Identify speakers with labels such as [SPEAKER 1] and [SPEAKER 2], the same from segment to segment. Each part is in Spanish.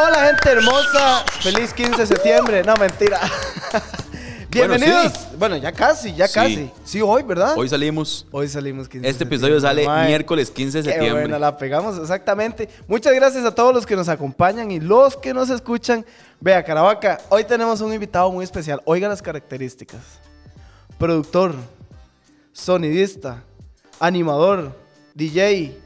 [SPEAKER 1] Hola gente hermosa, feliz 15 de septiembre, no mentira. Bienvenidos. Bueno,
[SPEAKER 2] sí.
[SPEAKER 1] ya casi, ya
[SPEAKER 2] Sí.
[SPEAKER 1] casi. Sí, hoy, ¿verdad?
[SPEAKER 2] Hoy salimos.
[SPEAKER 1] Hoy salimos 15 de
[SPEAKER 2] Este episodio
[SPEAKER 1] septiembre.
[SPEAKER 2] sale
[SPEAKER 1] Mae,
[SPEAKER 2] miércoles 15 de
[SPEAKER 1] qué
[SPEAKER 2] septiembre.
[SPEAKER 1] buena, la pegamos exactamente. Muchas gracias a todos los que nos acompañan y los que nos escuchan. Vea, Caravaca, hoy tenemos un invitado muy especial. Oiga las características. Productor, sonidista, animador, DJ.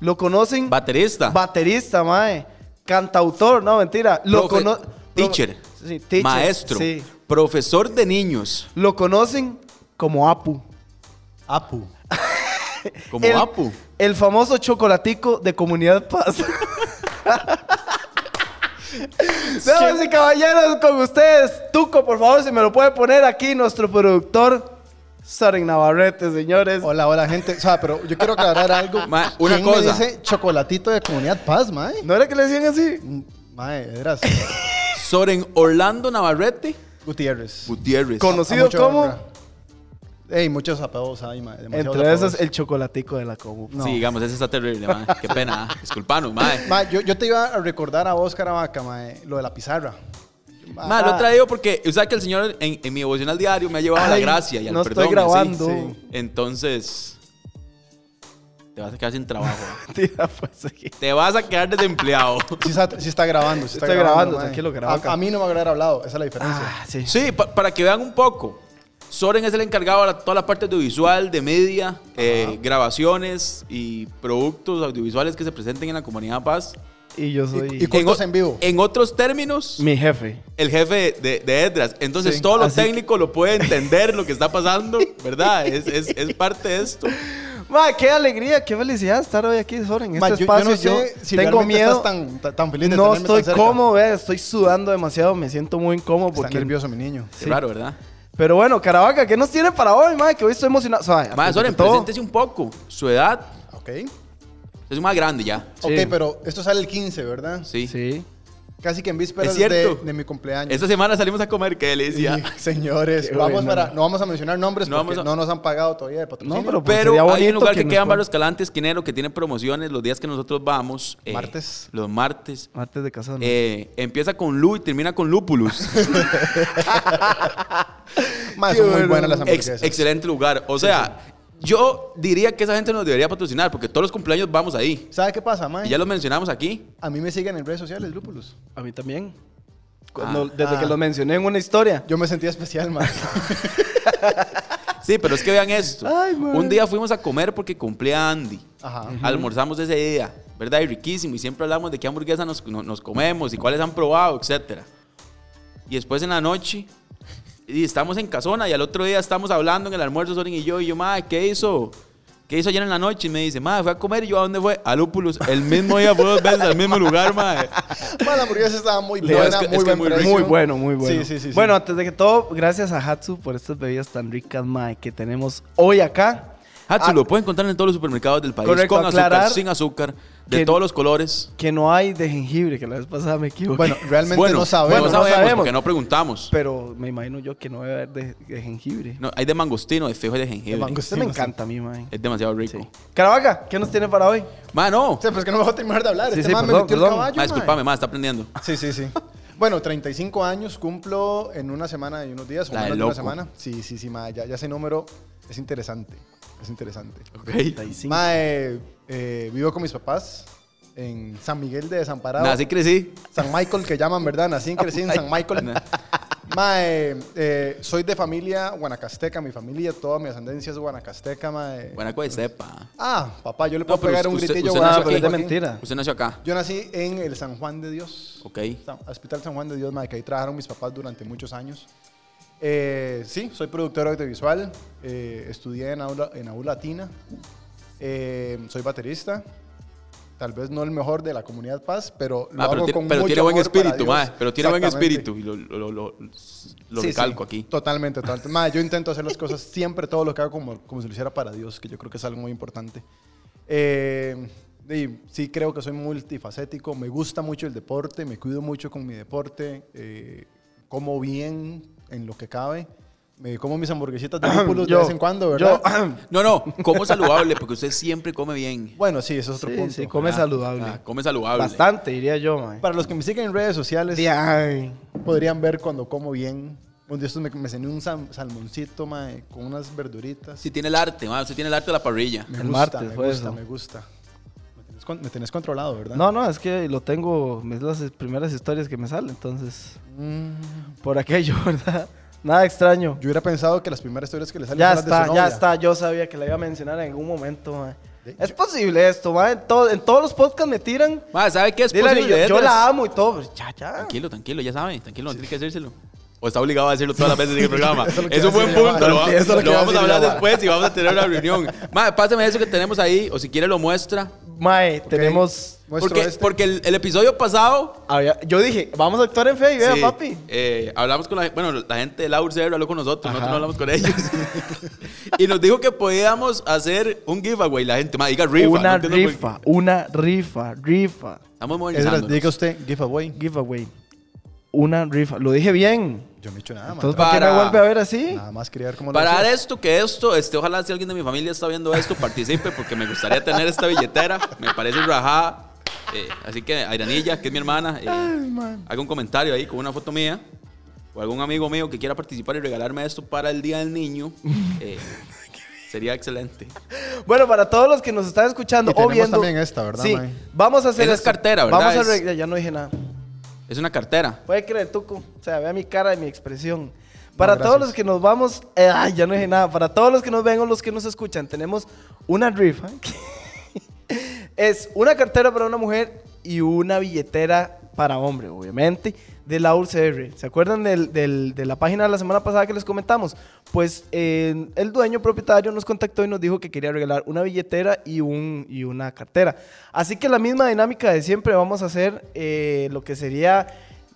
[SPEAKER 1] ¿Lo conocen?
[SPEAKER 2] Baterista.
[SPEAKER 1] Baterista, mae. Cantautor, no, mentira. Lo
[SPEAKER 2] profe-
[SPEAKER 1] cono-
[SPEAKER 2] teacher,
[SPEAKER 1] lo- sí, teacher,
[SPEAKER 2] Maestro.
[SPEAKER 1] sí.
[SPEAKER 2] Profesor de niños.
[SPEAKER 1] Lo conocen como Apu.
[SPEAKER 3] Apu.
[SPEAKER 2] Como
[SPEAKER 1] el,
[SPEAKER 2] Apu.
[SPEAKER 1] El famoso chocolatico de Comunidad Paz. Damas y caballeros, con ustedes, Tuco, por favor, si me lo puede poner aquí, nuestro productor, Saren Navarrete, señores.
[SPEAKER 3] Hola, hola, gente. O sea, pero yo quiero aclarar algo.
[SPEAKER 2] Ma, una
[SPEAKER 3] ¿Quién me
[SPEAKER 2] cosa.
[SPEAKER 3] dice chocolatito de Comunidad Paz, mae?
[SPEAKER 1] ¿No era que le decían así?
[SPEAKER 3] Mm, Mae, eras
[SPEAKER 2] Soren Orlando Navarrete
[SPEAKER 3] Gutiérrez.
[SPEAKER 2] Gutiérrez.
[SPEAKER 1] Conocido
[SPEAKER 3] mucho
[SPEAKER 1] como,
[SPEAKER 3] honra. Ey, muchos apodos hay, mae. demasiados
[SPEAKER 1] entre esos,
[SPEAKER 3] apodos.
[SPEAKER 1] el chocolatico de la Comu.
[SPEAKER 3] no.
[SPEAKER 2] Sí, digamos, ese está terrible, mae. Qué pena. ah. Disculpanos,
[SPEAKER 1] eh,
[SPEAKER 2] mae.
[SPEAKER 3] Mae, yo, yo te iba a recordar a vos, Caravaca, mae, lo de la pizarra.
[SPEAKER 2] Mae, lo he traído porque, usted sabe que el señor en, en mi devocional diario me ha llevado a la
[SPEAKER 1] Ay,
[SPEAKER 2] gracia y al
[SPEAKER 1] no
[SPEAKER 2] perdón.
[SPEAKER 1] estoy grabando.
[SPEAKER 2] así. Entonces, te vas a quedar sin trabajo. mae.
[SPEAKER 1] Mentira, pues aquí.
[SPEAKER 2] Te vas a quedar desempleado.
[SPEAKER 3] Sí está, sí está grabando, sí está
[SPEAKER 1] Estoy grabando,
[SPEAKER 3] mae.
[SPEAKER 1] tranquilo, Caravaca.
[SPEAKER 3] A, a mí no me va a haber hablado, esa es la diferencia.
[SPEAKER 1] Ah, sí.
[SPEAKER 2] Sí, pa- para que vean un poco. Soren es el encargado de la- toda la parte audiovisual, de media, eh, grabaciones y productos audiovisuales que se presenten en la comunidad Paz.
[SPEAKER 1] Y yo soy
[SPEAKER 3] y cultos
[SPEAKER 2] o-
[SPEAKER 3] en vivo.
[SPEAKER 2] En otros términos,
[SPEAKER 1] mi jefe.
[SPEAKER 2] el jefe de, de Edras. Entonces,
[SPEAKER 1] Sí,
[SPEAKER 2] todo lo
[SPEAKER 1] así que-
[SPEAKER 2] técnico lo puede entender, lo que está pasando, ¿verdad? Es, es- es parte de esto.
[SPEAKER 1] Ma, qué alegría, qué felicidad estar hoy aquí, Soren, en
[SPEAKER 3] Ma,
[SPEAKER 1] este
[SPEAKER 3] yo, yo
[SPEAKER 1] espacio.
[SPEAKER 3] no sé
[SPEAKER 1] yo
[SPEAKER 3] si
[SPEAKER 1] tengo
[SPEAKER 3] realmente
[SPEAKER 1] miedo.
[SPEAKER 3] estás tan, tan- tan feliz de
[SPEAKER 1] no
[SPEAKER 3] tenerme tan
[SPEAKER 1] estoy
[SPEAKER 3] cerca.
[SPEAKER 1] cómodo, vea, estoy sudando demasiado, me siento muy incómodo
[SPEAKER 3] Está
[SPEAKER 1] porque.
[SPEAKER 3] nervioso mi niño.
[SPEAKER 2] Qué raro, ¿verdad?
[SPEAKER 1] Pero bueno, Caravaca, ¿qué nos tiene para hoy, ma? Que hoy estoy emocionado. O sea, antes
[SPEAKER 2] Más,
[SPEAKER 1] de
[SPEAKER 2] Soren,
[SPEAKER 1] todo-
[SPEAKER 2] preséntese un poco. Su edad
[SPEAKER 3] Ok.
[SPEAKER 2] es más grande ya.
[SPEAKER 1] Sí.
[SPEAKER 3] Ok, pero esto sale el 15, ¿verdad?
[SPEAKER 2] Sí.
[SPEAKER 1] Sí.
[SPEAKER 3] Casi que en vísperas
[SPEAKER 2] Es cierto.
[SPEAKER 3] de, de mi cumpleaños.
[SPEAKER 2] Esta semana salimos a comer, qué delicia.
[SPEAKER 3] Sí, señores,
[SPEAKER 1] Qué
[SPEAKER 3] vamos
[SPEAKER 1] bueno.
[SPEAKER 3] para, no vamos a mencionar nombres
[SPEAKER 2] ah. No
[SPEAKER 3] porque
[SPEAKER 2] vamos a-
[SPEAKER 3] no nos han pagado todavía el patrocinio.
[SPEAKER 1] No, pero- Pues
[SPEAKER 2] Pero
[SPEAKER 1] sería
[SPEAKER 2] hay
[SPEAKER 1] bonito
[SPEAKER 2] un lugar
[SPEAKER 1] que
[SPEAKER 2] que,
[SPEAKER 1] nos
[SPEAKER 2] queda en
[SPEAKER 1] puedan-
[SPEAKER 2] Barrio Escalante, Esquinero, que tiene promociones los días que nosotros vamos. eh,
[SPEAKER 3] Martes.
[SPEAKER 2] Los martes.
[SPEAKER 1] Antes de casarnos.
[SPEAKER 2] Eh, empieza con Lu y termina con Lupulus.
[SPEAKER 3] Más,
[SPEAKER 1] Qué
[SPEAKER 3] son muy
[SPEAKER 1] bueno.
[SPEAKER 3] buenas
[SPEAKER 2] Ex-
[SPEAKER 3] las hamburguesas.
[SPEAKER 2] excelente lugar. O sea, yo diría que esa gente nos debería patrocinar porque todos los cumpleaños vamos ahí.
[SPEAKER 3] ¿Sabe qué pasa, Mae?
[SPEAKER 2] Y ya lo mencionamos aquí.
[SPEAKER 3] A mí me siguen en redes sociales, Lúpulos.
[SPEAKER 1] A mí también. Cuando- desde
[SPEAKER 3] ah.
[SPEAKER 1] que lo mencioné en una historia.
[SPEAKER 3] Yo me sentía especial, Mae.
[SPEAKER 2] Sí, pero es que vean esto.
[SPEAKER 1] Ay, man.
[SPEAKER 2] Un día fuimos a comer porque cumplía Andy.
[SPEAKER 3] Ajá.
[SPEAKER 2] Almorzamos ese día, ¿verdad? Y riquísimo. Y siempre hablamos de qué hamburguesa nos, no- nos comemos y cuáles han probado, etcétera. Y después en la noche, y estamos en casona y al otro día estamos hablando en el almuerzo, Soren y yo. Y yo, madre, ¿qué hizo? ¿Qué hizo ayer en la noche? Y me dice, madre, fue a comer. Y yo, ¿a dónde fue? A Lúpulos. El mismo día fue dos veces al mismo lugar, madre.
[SPEAKER 3] Mae, la hamburguesa estaba muy
[SPEAKER 2] No,
[SPEAKER 3] buena,
[SPEAKER 2] es que-
[SPEAKER 3] muy
[SPEAKER 2] es que
[SPEAKER 3] buen
[SPEAKER 2] muy rico.
[SPEAKER 3] precio.
[SPEAKER 1] Muy bueno, muy bueno.
[SPEAKER 3] Sí, sí, sí. sí.
[SPEAKER 1] Bueno, antes de que todo, gracias a Hatsu por estas bebidas tan ricas, mae, que tenemos hoy acá.
[SPEAKER 2] Hatsu,
[SPEAKER 1] Ah,
[SPEAKER 2] lo pueden encontrar en todos los supermercados del país.
[SPEAKER 1] Correcto,
[SPEAKER 2] con azúcar,
[SPEAKER 1] aclarar
[SPEAKER 2] sin azúcar, de
[SPEAKER 1] que-
[SPEAKER 2] todos los colores.
[SPEAKER 1] Que no hay de jengibre, que la vez pasada me equivoqué.
[SPEAKER 3] Bueno, realmente no sabemos.
[SPEAKER 2] bueno, no
[SPEAKER 1] no
[SPEAKER 2] sabemos,
[SPEAKER 1] sabemos.
[SPEAKER 2] porque no preguntamos.
[SPEAKER 1] Pero me imagino yo que no debe haber de, de jengibre.
[SPEAKER 2] No, hay de mangostino, de fijo y de jengibre.
[SPEAKER 3] De mango-
[SPEAKER 1] Usted me
[SPEAKER 3] sí, no sé. Eh,
[SPEAKER 1] encanta a mí, man.
[SPEAKER 2] Es demasiado rico.
[SPEAKER 1] Caravaca, ¿qué nos tiene para hoy?
[SPEAKER 3] Ah,
[SPEAKER 2] Mano,
[SPEAKER 3] O sea, pero es que no me voy a terminar de hablar.
[SPEAKER 1] Sí,
[SPEAKER 3] este
[SPEAKER 1] sí,
[SPEAKER 3] mae me
[SPEAKER 1] perdón,
[SPEAKER 3] metió el
[SPEAKER 1] perdón.
[SPEAKER 3] caballo,
[SPEAKER 2] ma,
[SPEAKER 3] mae.
[SPEAKER 2] disculpame, ma, está aprendiendo.
[SPEAKER 3] Sí, sí, sí. Bueno, 35 años cumplo en una semana y unos días, o
[SPEAKER 2] La de
[SPEAKER 3] menos de
[SPEAKER 2] loco.
[SPEAKER 3] una semana. Sí, sí, sí, ma, ya, ya ese número es interesante. Es interesante.
[SPEAKER 2] Ok.
[SPEAKER 1] 35.
[SPEAKER 3] Ma, eh, eh, vivo con mis papás en San Miguel de Desamparado.
[SPEAKER 2] Nah, así crecí.
[SPEAKER 3] San Michael que llaman, ¿verdad? Nací y crecí en San Michael.
[SPEAKER 2] Nah.
[SPEAKER 3] Ma, eh, eh, soy de familia guanacasteca, mi familia, toda mi ascendencia es guanacasteca, ma, eh.
[SPEAKER 2] Buena cueva de cepa.
[SPEAKER 3] Ah, papá, yo le
[SPEAKER 2] No,
[SPEAKER 3] puedo
[SPEAKER 2] pero
[SPEAKER 3] pegar un
[SPEAKER 2] usted-
[SPEAKER 3] gritillo
[SPEAKER 2] usted
[SPEAKER 1] Ah,
[SPEAKER 2] nació
[SPEAKER 3] guanacasteco
[SPEAKER 1] pero es de
[SPEAKER 3] aquí.
[SPEAKER 1] mentira.
[SPEAKER 2] Usted nació acá.
[SPEAKER 3] Yo nací en el San Juan de Dios.
[SPEAKER 2] Ok.
[SPEAKER 3] Sa- Hospital San Juan de Dios, madre, que ahí trabajaron mis papás durante muchos años. Eh, sí, soy productor audiovisual, eh, estudié en aula, en aula latina, eh, soy baterista, tal vez no el mejor de la comunidad Paz, pero lo
[SPEAKER 2] Ah,
[SPEAKER 3] hago
[SPEAKER 2] pero tiene,
[SPEAKER 3] con
[SPEAKER 2] pero
[SPEAKER 3] mucho
[SPEAKER 2] tiene buen
[SPEAKER 3] amor para
[SPEAKER 2] espíritu,
[SPEAKER 3] Dios.
[SPEAKER 2] ma. Pero tiene buen
[SPEAKER 3] Exactamente.
[SPEAKER 2] espíritu. Y lo, lo, lo, lo- lo
[SPEAKER 3] Sí,
[SPEAKER 2] recalco
[SPEAKER 3] sí,
[SPEAKER 2] aquí.
[SPEAKER 3] Totalmente, totalmente. Ma, yo intento hacer las cosas siempre, todo lo que hago como, como si lo hiciera para Dios, que yo creo que es algo muy importante. Eh, y sí, creo que soy multifacético, me gusta mucho el deporte, me cuido mucho con mi deporte, eh, como bien en lo que cabe, Me como mis hamburguesitas de lúpulos de
[SPEAKER 1] Yo-
[SPEAKER 3] vez en cuando, ¿verdad?
[SPEAKER 1] yo-
[SPEAKER 2] No, no, como saludable, porque usted siempre come bien.
[SPEAKER 3] Bueno, sí, eso es otro
[SPEAKER 1] Sí,
[SPEAKER 3] punto.
[SPEAKER 1] sí, come
[SPEAKER 2] Ah,
[SPEAKER 1] saludable.
[SPEAKER 2] ah, come saludable.
[SPEAKER 1] Bastante, diría yo, mae.
[SPEAKER 3] Para los que me siguen en redes sociales,
[SPEAKER 1] Sí, ay.
[SPEAKER 3] podrían ver cuando como bien. Un día estos me, me cené un sal- salmoncito, mae, con unas verduritas.
[SPEAKER 2] Si tiene el arte, ma, usted tiene el arte de la parrilla.
[SPEAKER 3] Me
[SPEAKER 1] El
[SPEAKER 3] gusta,
[SPEAKER 1] martes
[SPEAKER 3] me
[SPEAKER 1] fue
[SPEAKER 3] gusta,
[SPEAKER 1] eso.
[SPEAKER 3] me gusta. Me tenés, con- me tenés controlado, ¿verdad?
[SPEAKER 1] No, no, es que lo tengo, es las primeras historias que me salen, entonces,
[SPEAKER 3] Mm,
[SPEAKER 1] por aquello, ¿verdad? Nada extraño.
[SPEAKER 3] yo hubiera pensado que las primeras historias que le salen
[SPEAKER 1] Ya
[SPEAKER 3] son las de su
[SPEAKER 1] está, ya
[SPEAKER 3] novia.
[SPEAKER 1] está, yo sabía que la iba a mencionar en algún momento, mae.
[SPEAKER 3] De-
[SPEAKER 1] Es posible esto, mae, en, todo- en todos los podcasts me tiran,
[SPEAKER 2] Ma, ¿sabe qué es
[SPEAKER 1] Dylan, y
[SPEAKER 2] posible?
[SPEAKER 1] yo, yo
[SPEAKER 2] Edras?
[SPEAKER 1] la amo y todo, pero ya,
[SPEAKER 3] Ah.
[SPEAKER 1] ya.
[SPEAKER 2] Tranquilo, tranquilo, ya sabe, tranquilo, no tiene que hacérselo. O está obligado a hacerlo todas las veces en el programa.
[SPEAKER 3] Eso es lo que
[SPEAKER 2] es un
[SPEAKER 3] iba a
[SPEAKER 2] buen
[SPEAKER 3] decir,
[SPEAKER 2] punto,
[SPEAKER 3] Yamara.
[SPEAKER 2] lo, va-
[SPEAKER 3] Eso es lo que
[SPEAKER 2] lo
[SPEAKER 3] iba a
[SPEAKER 2] vamos a
[SPEAKER 3] decir,
[SPEAKER 2] hablar
[SPEAKER 3] Yamara.
[SPEAKER 2] después y vamos a tener una reunión. Ma, pásame eso que tenemos ahí, o si quiere lo muestra.
[SPEAKER 1] Mae, tenemos...
[SPEAKER 3] Muestro
[SPEAKER 2] Porque,
[SPEAKER 3] este.
[SPEAKER 2] porque el, el episodio pasado
[SPEAKER 1] había- yo dije, vamos a actuar en fe y vea,
[SPEAKER 2] sí,
[SPEAKER 1] papi.
[SPEAKER 2] eh, hablamos con la gente, bueno, la gente de la URCR habló con nosotros, nosotros
[SPEAKER 1] Ajá.
[SPEAKER 2] no hablamos con ellos. y nos dijo que podíamos hacer un giveaway, la gente, ma, diga rifa.
[SPEAKER 1] una
[SPEAKER 2] no entiendo por qué.
[SPEAKER 1] rifa, una rifa, rifa,
[SPEAKER 2] Estamos
[SPEAKER 3] Esdras, diga
[SPEAKER 2] modernizando.
[SPEAKER 3] usted, giveaway.
[SPEAKER 1] giveaway. Una rifa, lo dije bien.
[SPEAKER 3] Yo no he hecho nada,
[SPEAKER 1] Entonces,
[SPEAKER 3] mae.
[SPEAKER 1] ¿por qué me
[SPEAKER 2] Ah, Para-
[SPEAKER 1] vuelve a ver así?
[SPEAKER 3] Nada más quería ver cómo lo
[SPEAKER 2] Para dar
[SPEAKER 3] hacía.
[SPEAKER 2] esto, que esto, este, ojalá si alguien de mi familia está viendo esto, participe porque me gustaría tener esta billetera. Me parece rajada. Eh, así que Airanilla, que es mi hermana, eh, haga un comentario ahí con una foto mía o algún amigo mío que quiera participar y regalarme esto para el Día del Niño. eh, sería excelente.
[SPEAKER 1] Bueno, para todos los que nos están escuchando
[SPEAKER 3] Y
[SPEAKER 1] o
[SPEAKER 3] tenemos
[SPEAKER 1] viendo.
[SPEAKER 3] también esta, ¿verdad,
[SPEAKER 1] Sí,
[SPEAKER 3] Mae?
[SPEAKER 1] vamos a hacer.
[SPEAKER 2] Esa es
[SPEAKER 1] esto.
[SPEAKER 2] cartera, ¿verdad?
[SPEAKER 1] Vamos a
[SPEAKER 2] Es-
[SPEAKER 1] arreglar- Ya no dije nada.
[SPEAKER 2] Es una cartera.
[SPEAKER 1] Puede creer, Tuco. O sea, vea mi cara y mi expresión. Para
[SPEAKER 3] gracias.
[SPEAKER 1] todos los que nos vamos. eh, ay, ya no dije nada. Para todos los que nos ven o los que nos escuchan, tenemos una rifa. que es una cartera para una mujer y una billetera para hombre, obviamente, de la UCR. ¿Se acuerdan del- del- de la página de la semana pasada que les comentamos? Pues eh, el dueño propietario nos contactó y nos dijo que quería regalar una billetera y, un, y una cartera. Así que la misma dinámica de siempre vamos a hacer eh, lo que sería,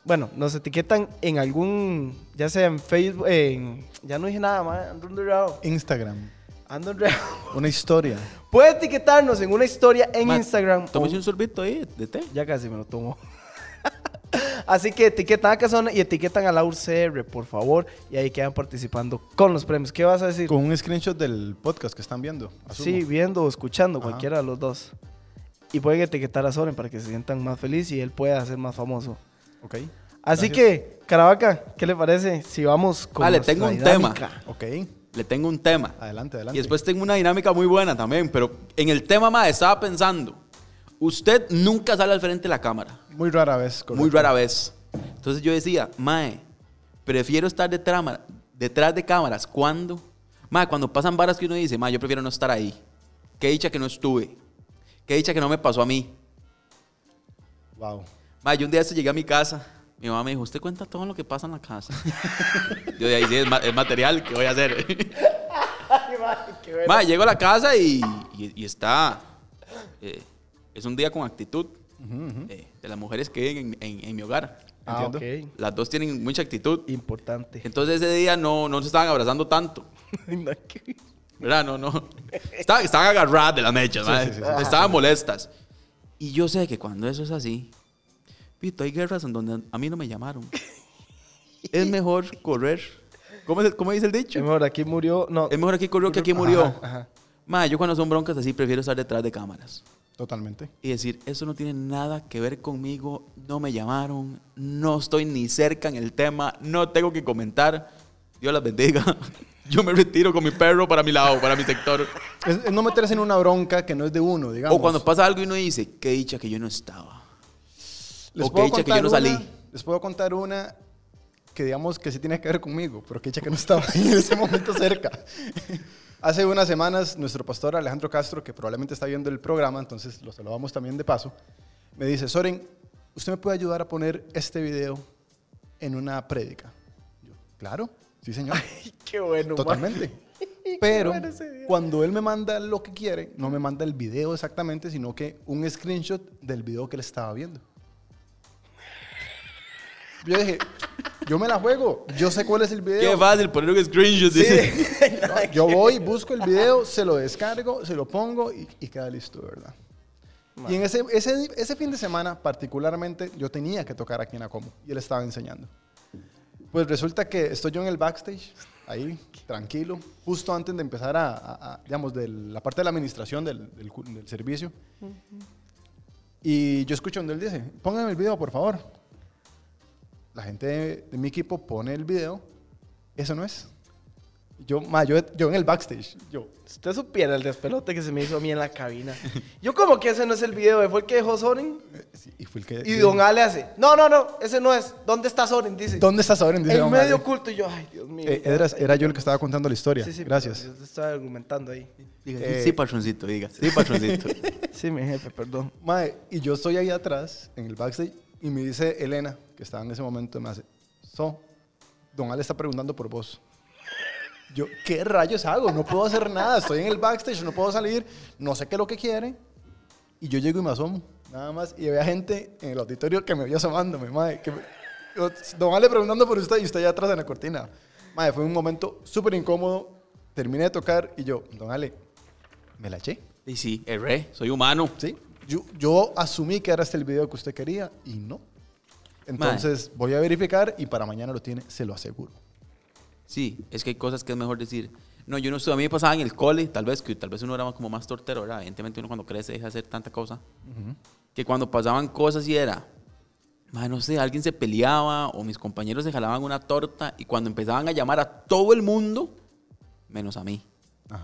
[SPEAKER 1] bueno, nos etiquetan en algún, ya sea en Facebook, en, ya no dije nada más, ando enredado,
[SPEAKER 3] Instagram.
[SPEAKER 1] ando enredado.
[SPEAKER 3] Una historia.
[SPEAKER 1] Puede etiquetarnos en una historia en
[SPEAKER 2] Ma,
[SPEAKER 1] Instagram. o-
[SPEAKER 2] Tómese un sorbito ahí de té.
[SPEAKER 1] ya casi me lo tomo. Así que etiquetan a Casona y etiquetan a la UCR, por favor. Y ahí quedan participando con los premios. ¿Qué vas a decir?
[SPEAKER 3] Con un screenshot del podcast que están viendo. asumo.
[SPEAKER 1] Sí, viendo o escuchando,
[SPEAKER 3] Ajá.
[SPEAKER 1] cualquiera de los dos. Y pueden etiquetar a Soren para que se sientan más feliz y él pueda ser más famoso.
[SPEAKER 3] Ok.
[SPEAKER 1] Así
[SPEAKER 3] Gracias.
[SPEAKER 1] que, Caravaca, ¿qué le parece si vamos con.
[SPEAKER 2] Vale,
[SPEAKER 1] nuestra
[SPEAKER 2] tengo un tema.
[SPEAKER 3] Ok.
[SPEAKER 2] Le tengo un tema.
[SPEAKER 3] Adelante, adelante.
[SPEAKER 2] Y después tengo una dinámica muy buena también, pero en el tema más estaba pensando, usted nunca sale al frente de la cámara,
[SPEAKER 3] Muy rara vez. correcto.
[SPEAKER 2] muy rara vez. Entonces yo decía, mae, prefiero estar detrás, ma- detrás de cámaras, ¿cuándo? Mae, cuando pasan varas que uno dice, mae, yo prefiero no estar ahí. Qué dicha que no estuve. Qué dicha que no me pasó a mí.
[SPEAKER 3] Wow.
[SPEAKER 2] Mae, yo un día se llegué a mi casa, mi mamá me dijo, usted cuenta todo lo que pasa en la casa. yo de ahí sí, es, ma- es material, ¿qué voy a hacer? Ma, llego a la casa y, y- y está. eh, es un día con actitud eh, de las mujeres que viven en, en- en mi hogar.
[SPEAKER 1] Ah,
[SPEAKER 3] Entiendo.
[SPEAKER 1] ok.
[SPEAKER 2] Las dos tienen mucha actitud.
[SPEAKER 1] Importante.
[SPEAKER 2] Entonces ese día no, no se estaban abrazando tanto. ¿Verdad? No, no. Estaban, estaban agarradas de las mechas,
[SPEAKER 3] Sí,
[SPEAKER 2] ma,
[SPEAKER 3] sí, sí, sí.
[SPEAKER 2] Estaban molestas. Y yo sé que cuando eso es así, Pito, hay guerras en donde a mí no me llamaron. es mejor correr. ¿Cómo, es el- cómo dice el dicho?
[SPEAKER 1] Es mejor, aquí murió. No,
[SPEAKER 2] Es mejor aquí corrió que aquí murió.
[SPEAKER 1] ajá.
[SPEAKER 2] Ma, yo cuando son broncas así prefiero estar detrás de cámaras
[SPEAKER 3] Totalmente.
[SPEAKER 2] y decir, eso no tiene nada que ver conmigo, no me llamaron, no estoy ni cerca en el tema, no tengo que comentar. Dios las bendiga. Yo me retiro con mi perro para mi lado, para mi sector.
[SPEAKER 3] Es, es no meterse en una bronca que no es de uno, digamos.
[SPEAKER 2] O cuando pasa algo y uno dice, qué dicha que yo no estaba.
[SPEAKER 3] Les
[SPEAKER 2] o qué
[SPEAKER 3] puedo
[SPEAKER 2] dicha que
[SPEAKER 3] contar
[SPEAKER 2] yo no salí.
[SPEAKER 3] una- les puedo contar una que digamos que sí tiene que ver conmigo, pero que dicha que no estaba ahí en ese momento cerca. Hace unas semanas, nuestro pastor Alejandro Castro, que probablemente está viendo el programa, entonces lo saludamos también de paso, me dice, Soren, ¿usted me puede ayudar a poner este video en una prédica? Yo, claro, sí señor.
[SPEAKER 1] Qué bueno,
[SPEAKER 3] Totalmente. Pero
[SPEAKER 1] bueno ese video.
[SPEAKER 3] cuando él me manda lo que quiere, no me manda el video exactamente, sino que un screenshot del video que él estaba viendo. Yo dije, yo me la juego, yo sé cuál es el
[SPEAKER 2] Qué
[SPEAKER 3] video.
[SPEAKER 2] fácil poner un screenshot. dice.
[SPEAKER 3] No, Yo voy, busco el video, se lo descargo, se lo pongo y, y queda listo, ¿verdad? Y en ese, ese, ese fin de semana, particularmente, yo tenía que tocar aquí en Acomo y él estaba enseñando. Pues resulta que estoy yo en el backstage ahí, tranquilo. Justo antes de empezar a, a- a, digamos, de la parte de la administración del, del cu- del servicio. Y yo escucho donde él dice, pónganme el video, por favor. La gente de, de mi equipo pone el video. Eso no es. Yo, ma, yo, yo en el backstage, yo,
[SPEAKER 1] Si usted supiera el despelote que se me hizo a mí en la cabina. Yo como que ese no es el video, fue el que dejó Soren.
[SPEAKER 3] eh, sí, y fue el que...
[SPEAKER 1] Y Don Ale hace, no, no, no, ese no es. ¿Dónde está Soren? Dice.
[SPEAKER 3] ¿Dónde estás ahora? Dice
[SPEAKER 1] en
[SPEAKER 3] don
[SPEAKER 1] medio
[SPEAKER 3] Ale.
[SPEAKER 1] oculto. Y yo, ay, Dios mío.
[SPEAKER 3] Eh, era, era yo el que estaba contando la historia.
[SPEAKER 1] Sí, sí,
[SPEAKER 3] Gracias.
[SPEAKER 1] pero Yo te estaba argumentando ahí.
[SPEAKER 2] Diga,
[SPEAKER 3] Eh,
[SPEAKER 2] sí, patroncito, diga. Sí, patroncito.
[SPEAKER 1] Sí, mi jefe, perdón.
[SPEAKER 3] Mae, y yo estoy ahí atrás, en el backstage, y me dice Elena, que estaba en ese momento, me hace, So, Don Ale está preguntando por vos. Yo, ¿qué rayos hago? No puedo hacer nada, estoy en el backstage, no puedo salir, no sé qué es lo que quiere. Y yo llego y me asomo, nada más, y había gente en el auditorio que me vio asomándome, mae, que me- yo, Don Ale preguntando por usted y usted allá atrás en la cortina. Mae, fue un momento súper incómodo, terminé de tocar y yo, Don Ale, me la eché.
[SPEAKER 2] Y sí, erré, soy humano.
[SPEAKER 3] Sí, yo, yo asumí que era este el video que usted quería y no. Entonces voy a verificar y para mañana lo tiene, se lo aseguro.
[SPEAKER 2] Sí, es que hay cosas que es mejor decir. No, yo no estuve, a mí me pasaba en el cole, tal vez, que tal vez uno era como más tortero, ¿verdad? Evidentemente uno cuando crece deja de hacer tanta cosa. Que cuando pasaban cosas y era, "Ma, no sé, alguien se peleaba o mis compañeros se jalaban una torta y cuando empezaban a llamar a todo el mundo, menos a mí, yo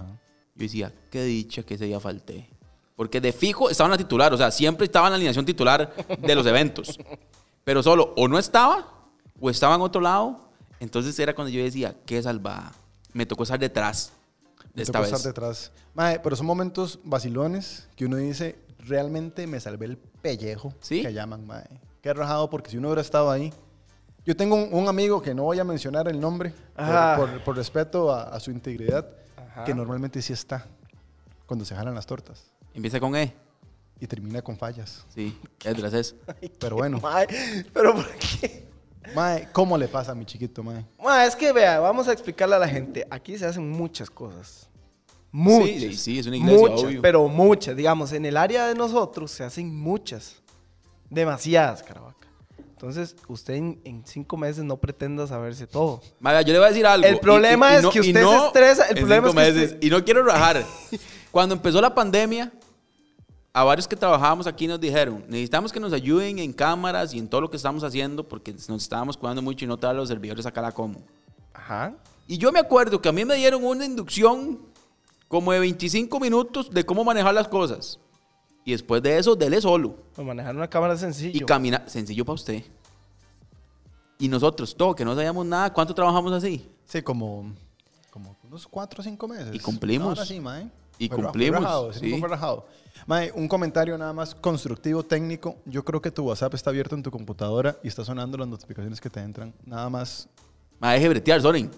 [SPEAKER 2] decía, qué dicha que ese día falté. Porque de fijo estaban la titular, o sea, siempre estaba en la alineación titular de los eventos. Pero solo o no estaba o estaba en otro lado. Entonces era cuando yo decía, qué salvada. Me tocó estar detrás de
[SPEAKER 3] Me
[SPEAKER 2] esta
[SPEAKER 3] tocó estar
[SPEAKER 2] vez.
[SPEAKER 3] detrás. Mae, pero son momentos vacilones que uno dice, realmente me salvé el pellejo
[SPEAKER 2] ¿Sí?
[SPEAKER 3] que llaman, mae. Qué rajado porque si uno hubiera estado ahí. Yo tengo un, un amigo que no voy a mencionar el nombre por-
[SPEAKER 1] Ajá.
[SPEAKER 3] por, por respeto a, a su integridad,
[SPEAKER 1] Ajá.
[SPEAKER 3] que normalmente sí está cuando se jalan las tortas
[SPEAKER 2] Empieza con E.
[SPEAKER 3] y termina con fallas.
[SPEAKER 2] Sí, es de las es.
[SPEAKER 3] Pero bueno,
[SPEAKER 1] Mae, pero ¿por qué?
[SPEAKER 3] mae, ¿cómo le pasa a mi chiquito, mae?
[SPEAKER 1] Mae, es que vea, vamos a explicarle a la gente. Aquí se hacen muchas cosas. Muchas.
[SPEAKER 2] Sí, sí, es una iglesia,
[SPEAKER 1] Muchas,
[SPEAKER 2] obvio.
[SPEAKER 1] pero muchas. Digamos, en el área de nosotros se hacen muchas. Demasiadas, Caravaca. Entonces, usted en, en cinco meses no pretenda saberse todo.
[SPEAKER 2] Maga, yo le voy a decir algo.
[SPEAKER 1] El problema es que
[SPEAKER 2] y
[SPEAKER 1] usted se estresa, el
[SPEAKER 2] en
[SPEAKER 1] problema
[SPEAKER 2] cinco
[SPEAKER 1] es que
[SPEAKER 2] meses.
[SPEAKER 1] usted-
[SPEAKER 2] Y no quiero rajar. Cuando empezó la pandemia, a varios que trabajábamos aquí nos dijeron, necesitamos que nos ayuden en cámaras y en todo lo que estamos haciendo porque nos estábamos cuidando mucho y no traer a los servidores a la como.
[SPEAKER 1] Ajá.
[SPEAKER 2] Y yo me acuerdo que a mí me dieron una inducción como de 25 minutos de cómo manejar las cosas. Y después de eso, dele solo.
[SPEAKER 1] Pues manejar una cámara es
[SPEAKER 2] Y
[SPEAKER 1] sencillo.
[SPEAKER 2] camina, sencillo para usted. Y nosotros, todo, que no sabíamos nada, ¿cuánto trabajamos así?
[SPEAKER 3] Sí, como, como unos cuatro o cinco meses.
[SPEAKER 2] Y cumplimos.
[SPEAKER 3] Ahora sí, mae.
[SPEAKER 2] Y
[SPEAKER 3] Fue ra- fue
[SPEAKER 2] cumplimos,
[SPEAKER 3] rajado, sí,
[SPEAKER 2] sí.
[SPEAKER 3] fue rajado. Mae, un comentario nada más constructivo, técnico. Yo creo que tu WhatsApp está abierto en tu computadora y está sonando las notificaciones que te entran. Nada más.
[SPEAKER 2] Ma, deje de bretear, Soren.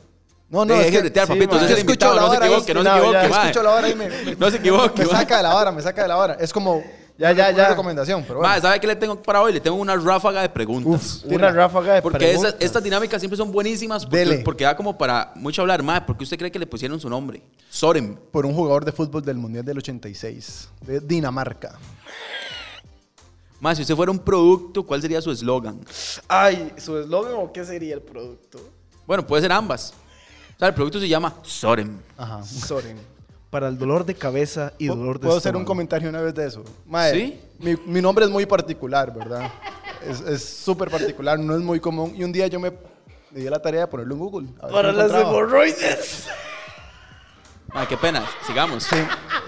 [SPEAKER 3] No,
[SPEAKER 2] Eh, Deje de bretear,
[SPEAKER 1] sí,
[SPEAKER 2] papito.
[SPEAKER 1] ma.
[SPEAKER 2] ese es
[SPEAKER 1] Yo
[SPEAKER 2] el invitado, no se
[SPEAKER 3] hora,
[SPEAKER 2] equivoque, no se
[SPEAKER 3] ya,
[SPEAKER 2] equivoque,
[SPEAKER 3] ya,
[SPEAKER 2] ma.
[SPEAKER 3] escucho la hora y me, me-
[SPEAKER 2] No se equivoque,
[SPEAKER 3] me
[SPEAKER 2] ma.
[SPEAKER 3] saca de la vara, me saca de la vara. Es como
[SPEAKER 1] Ya, ya,
[SPEAKER 3] una
[SPEAKER 1] ya.
[SPEAKER 3] recomendación, pero bueno.
[SPEAKER 2] Ma, ¿sabe qué le tengo para hoy? Le tengo una ráfaga de preguntas.
[SPEAKER 1] Una ráfaga de
[SPEAKER 2] porque esas-
[SPEAKER 1] preguntas.
[SPEAKER 2] estas dinámicas siempre son buenísimas porque,
[SPEAKER 3] Dele.
[SPEAKER 2] porque da como para mucho hablar. Ma, ¿por qué usted cree que le pusieron su nombre? Soren.
[SPEAKER 3] Por un jugador de fútbol del Mundial del 86, de Dinamarca.
[SPEAKER 2] Ma, si usted fuera un producto, ¿cuál sería su eslogan?
[SPEAKER 1] Ay, ¿su eslogan o qué sería el producto?
[SPEAKER 2] Bueno, puede ser ambas. O sea, el producto se llama Soren.
[SPEAKER 3] Ajá.
[SPEAKER 1] Soren. Para el dolor de cabeza y
[SPEAKER 3] ¿Puedo-
[SPEAKER 1] dolor de
[SPEAKER 3] ¿Puedo hacer un
[SPEAKER 1] estómago.
[SPEAKER 3] comentario una vez de eso? Mae,
[SPEAKER 2] ¿Sí?
[SPEAKER 3] mi, mi nombre es muy particular, ¿verdad? Es- Es súper particular, no es muy común. Y un día yo me me di a la tarea de ponerlo en Google. a ver qué
[SPEAKER 1] Para las
[SPEAKER 3] encontraba.
[SPEAKER 1] hemorroides.
[SPEAKER 2] Ma, qué pena. Sigamos.
[SPEAKER 3] Sí,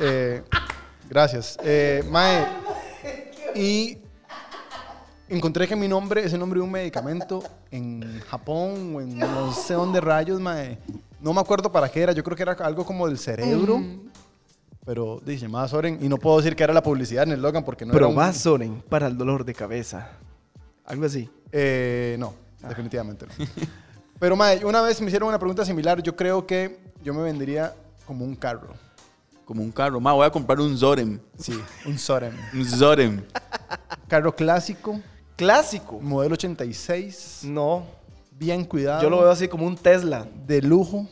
[SPEAKER 3] eh, gracias. Eh, mae, y encontré que mi nombre es el nombre de un medicamento en Japón o en no sé dónde rayos, mae. No me acuerdo para qué era, yo creo que era algo como del cerebro. Pero dice, más Soren, y no puedo decir que era la publicidad en el Logan porque no era
[SPEAKER 1] Pero
[SPEAKER 3] un-
[SPEAKER 1] más Soren para el dolor de cabeza. Algo así.
[SPEAKER 3] Eh, no,
[SPEAKER 1] Ah.
[SPEAKER 3] definitivamente no. Pero, mae, una vez me hicieron una pregunta similar. Yo creo que yo me vendería como un carro.
[SPEAKER 2] Como un carro. Ma, voy a comprar un Soren.
[SPEAKER 3] Sí, un Soren.
[SPEAKER 2] Un Soren.
[SPEAKER 3] Carro clásico,
[SPEAKER 1] Clásico. Ah.
[SPEAKER 3] modelo 86,
[SPEAKER 1] No.
[SPEAKER 3] bien cuidado.
[SPEAKER 1] Yo lo veo así como un Tesla.
[SPEAKER 3] De lujo.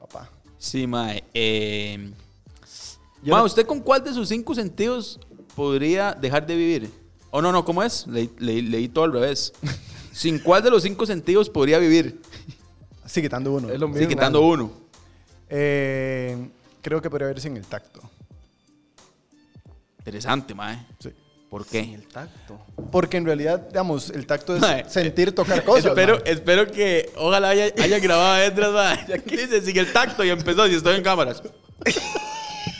[SPEAKER 3] Papá.
[SPEAKER 2] Sí, mae. Eh,
[SPEAKER 1] Yo
[SPEAKER 2] mae,
[SPEAKER 1] no-
[SPEAKER 2] ¿usted con cuál de sus cinco sentidos podría dejar de vivir? Oh, no, no, ¿cómo es? Leí, leí- leí todo al revés. ¿Sin cuál de los cinco sentidos podría vivir?
[SPEAKER 3] Sí, quitando uno.
[SPEAKER 1] Es lo
[SPEAKER 2] Sí,
[SPEAKER 1] mismo.
[SPEAKER 2] quitando uno.
[SPEAKER 3] Eh, creo que podría verse en el tacto.
[SPEAKER 2] Interesante, mae.
[SPEAKER 3] Sí.
[SPEAKER 2] ¿Por qué?
[SPEAKER 1] El tacto.
[SPEAKER 3] Porque en realidad, digamos, el tacto es
[SPEAKER 2] Mae,
[SPEAKER 3] sentir, tocar cosas.
[SPEAKER 2] espero,
[SPEAKER 3] mae.
[SPEAKER 2] espero que ojalá haya, haya grabado adentro, mae. Dice, sigue el tacto y empezó, si estoy en cámaras.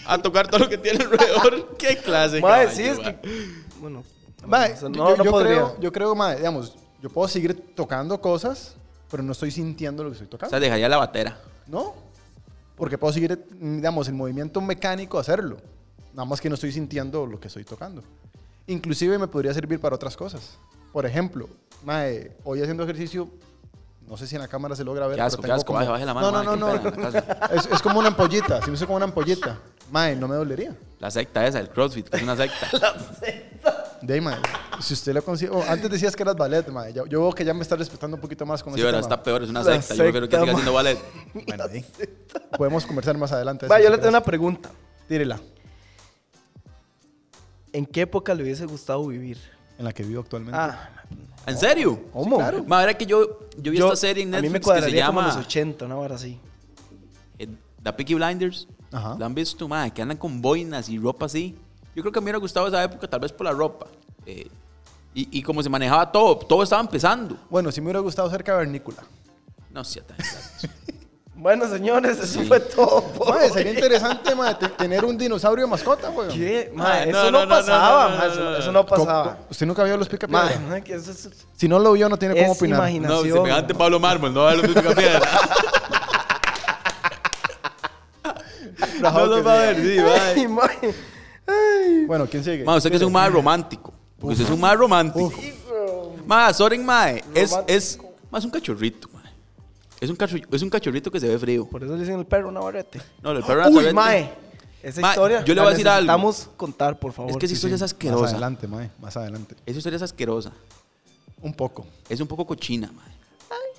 [SPEAKER 2] A tocar todo lo que tiene alrededor. ¿Qué clase? de
[SPEAKER 1] Mae,
[SPEAKER 2] caballo,
[SPEAKER 1] sí, es
[SPEAKER 2] mae?
[SPEAKER 1] que. Bueno.
[SPEAKER 3] Mae,
[SPEAKER 1] o sea,
[SPEAKER 3] yo,
[SPEAKER 1] no, no
[SPEAKER 3] yo
[SPEAKER 1] podría.
[SPEAKER 3] Creo, yo creo, mae, digamos, yo puedo seguir tocando cosas, pero no estoy sintiendo lo que estoy
[SPEAKER 2] O
[SPEAKER 3] tocando.
[SPEAKER 2] sea, dejaría la batera.
[SPEAKER 3] ¿No? Porque puedo seguir, digamos, el movimiento mecánico hacerlo. Nada más que no estoy sintiendo lo que estoy tocando. Inclusive me podría servir para otras cosas. Por ejemplo, mae, hoy haciendo ejercicio, no sé si en la cámara se logra ver.
[SPEAKER 2] Qué asco,
[SPEAKER 3] pero
[SPEAKER 2] qué
[SPEAKER 3] tengo
[SPEAKER 2] asco.
[SPEAKER 3] como-
[SPEAKER 2] Baje, baje la mano.
[SPEAKER 3] No,
[SPEAKER 2] mae,
[SPEAKER 3] no,
[SPEAKER 2] qué
[SPEAKER 3] no, no.
[SPEAKER 2] pena, en la casa.
[SPEAKER 3] Es, es como una ampollita, si me hizo como una ampollita. Mae, no me dolería.
[SPEAKER 2] La secta esa, el CrossFit, que es una secta.
[SPEAKER 3] De ahí, mae, si usted lo consigue... oh, antes decías que eras ballet, mae. Yo, yo veo que ya me está respetando un poquito más con
[SPEAKER 2] Sí,
[SPEAKER 3] ese
[SPEAKER 2] pero
[SPEAKER 3] tema.
[SPEAKER 2] está peor, es una
[SPEAKER 1] La
[SPEAKER 2] secta. Yo prefiero que
[SPEAKER 1] secta,
[SPEAKER 2] siga
[SPEAKER 1] mae.
[SPEAKER 2] haciendo ballet.
[SPEAKER 3] Bueno, ahí. Podemos conversar más adelante.
[SPEAKER 1] Mae,
[SPEAKER 3] si
[SPEAKER 1] yo le
[SPEAKER 3] quieres.
[SPEAKER 1] tengo una pregunta.
[SPEAKER 3] Tírela.
[SPEAKER 1] ¿En qué época le hubiese gustado vivir?
[SPEAKER 3] En la que vivo actualmente.
[SPEAKER 1] Ah,
[SPEAKER 2] ¿En serio?
[SPEAKER 1] ¿cómo?
[SPEAKER 3] claro.
[SPEAKER 2] Ma, era que yo, yo vi
[SPEAKER 1] Yo-
[SPEAKER 2] esta serie en
[SPEAKER 1] a mí me
[SPEAKER 2] Netflix que se
[SPEAKER 1] cuadraría como
[SPEAKER 2] llama
[SPEAKER 1] los 80, una hora así.
[SPEAKER 2] eh, The Peaky Blinders.
[SPEAKER 3] Ajá.
[SPEAKER 2] ¿La han visto, ma? Que andan con boinas y ropa así. Yo creo que me hubiera gustado esa época, tal vez por la ropa. Eh, y, y como se manejaba todo, todo estaba empezando.
[SPEAKER 3] Bueno, si me hubiera gustado ser cavernícola.
[SPEAKER 2] No sé, tan-
[SPEAKER 1] Bueno, señores, eso
[SPEAKER 2] Sí.
[SPEAKER 1] fue todo. por
[SPEAKER 3] Mae,
[SPEAKER 1] hoy.
[SPEAKER 3] sería interesante, mae, te- tener un dinosaurio de mascota, weón.
[SPEAKER 1] ¿Qué? Mae,
[SPEAKER 2] Mae, no,
[SPEAKER 1] eso
[SPEAKER 2] no,
[SPEAKER 1] no,
[SPEAKER 2] no,
[SPEAKER 1] pasaba,
[SPEAKER 2] no, no,
[SPEAKER 1] mae,
[SPEAKER 2] no,
[SPEAKER 1] eso,
[SPEAKER 2] no,
[SPEAKER 1] eso
[SPEAKER 2] no.
[SPEAKER 1] no
[SPEAKER 3] Co- co-
[SPEAKER 1] pasaba.
[SPEAKER 3] ¿Usted nunca vio los pica
[SPEAKER 1] Mae, mae, que eso es-
[SPEAKER 3] Si no lo vio, no tiene cómo
[SPEAKER 1] Es
[SPEAKER 3] opinar.
[SPEAKER 1] imagina-
[SPEAKER 2] No,
[SPEAKER 1] Nació,
[SPEAKER 2] semejante
[SPEAKER 1] ma.
[SPEAKER 2] Pablo Mármol, no va a ver los de picapiedra.
[SPEAKER 1] Ah,
[SPEAKER 2] No los va a ver, sí,
[SPEAKER 1] Ay,
[SPEAKER 2] va.
[SPEAKER 1] mae.
[SPEAKER 3] Bueno, ¿quién sigue?
[SPEAKER 2] Ma, usted que es un madre romántico. Porque usted es un madre romántico. Ma, Soren, mae, es, es, ma, es un cachorrito, ma. Es un, cachorri- es un cachorrito que se ve frío.
[SPEAKER 1] Por eso le dicen el perro Navarrete.
[SPEAKER 2] No, el perro
[SPEAKER 1] Uy,
[SPEAKER 2] navarrete-
[SPEAKER 1] mae. Esa
[SPEAKER 2] Mae,
[SPEAKER 1] historia
[SPEAKER 2] yo le
[SPEAKER 1] la
[SPEAKER 2] voy a decir algo.
[SPEAKER 1] necesitamos contar, por favor.
[SPEAKER 2] Es que esa
[SPEAKER 1] Sí,
[SPEAKER 2] historia es
[SPEAKER 3] Más
[SPEAKER 2] asquerosa.
[SPEAKER 3] adelante, mae, más adelante.
[SPEAKER 2] Esa historia es asquerosa.
[SPEAKER 3] Un poco.
[SPEAKER 2] Es un poco cochina, mae.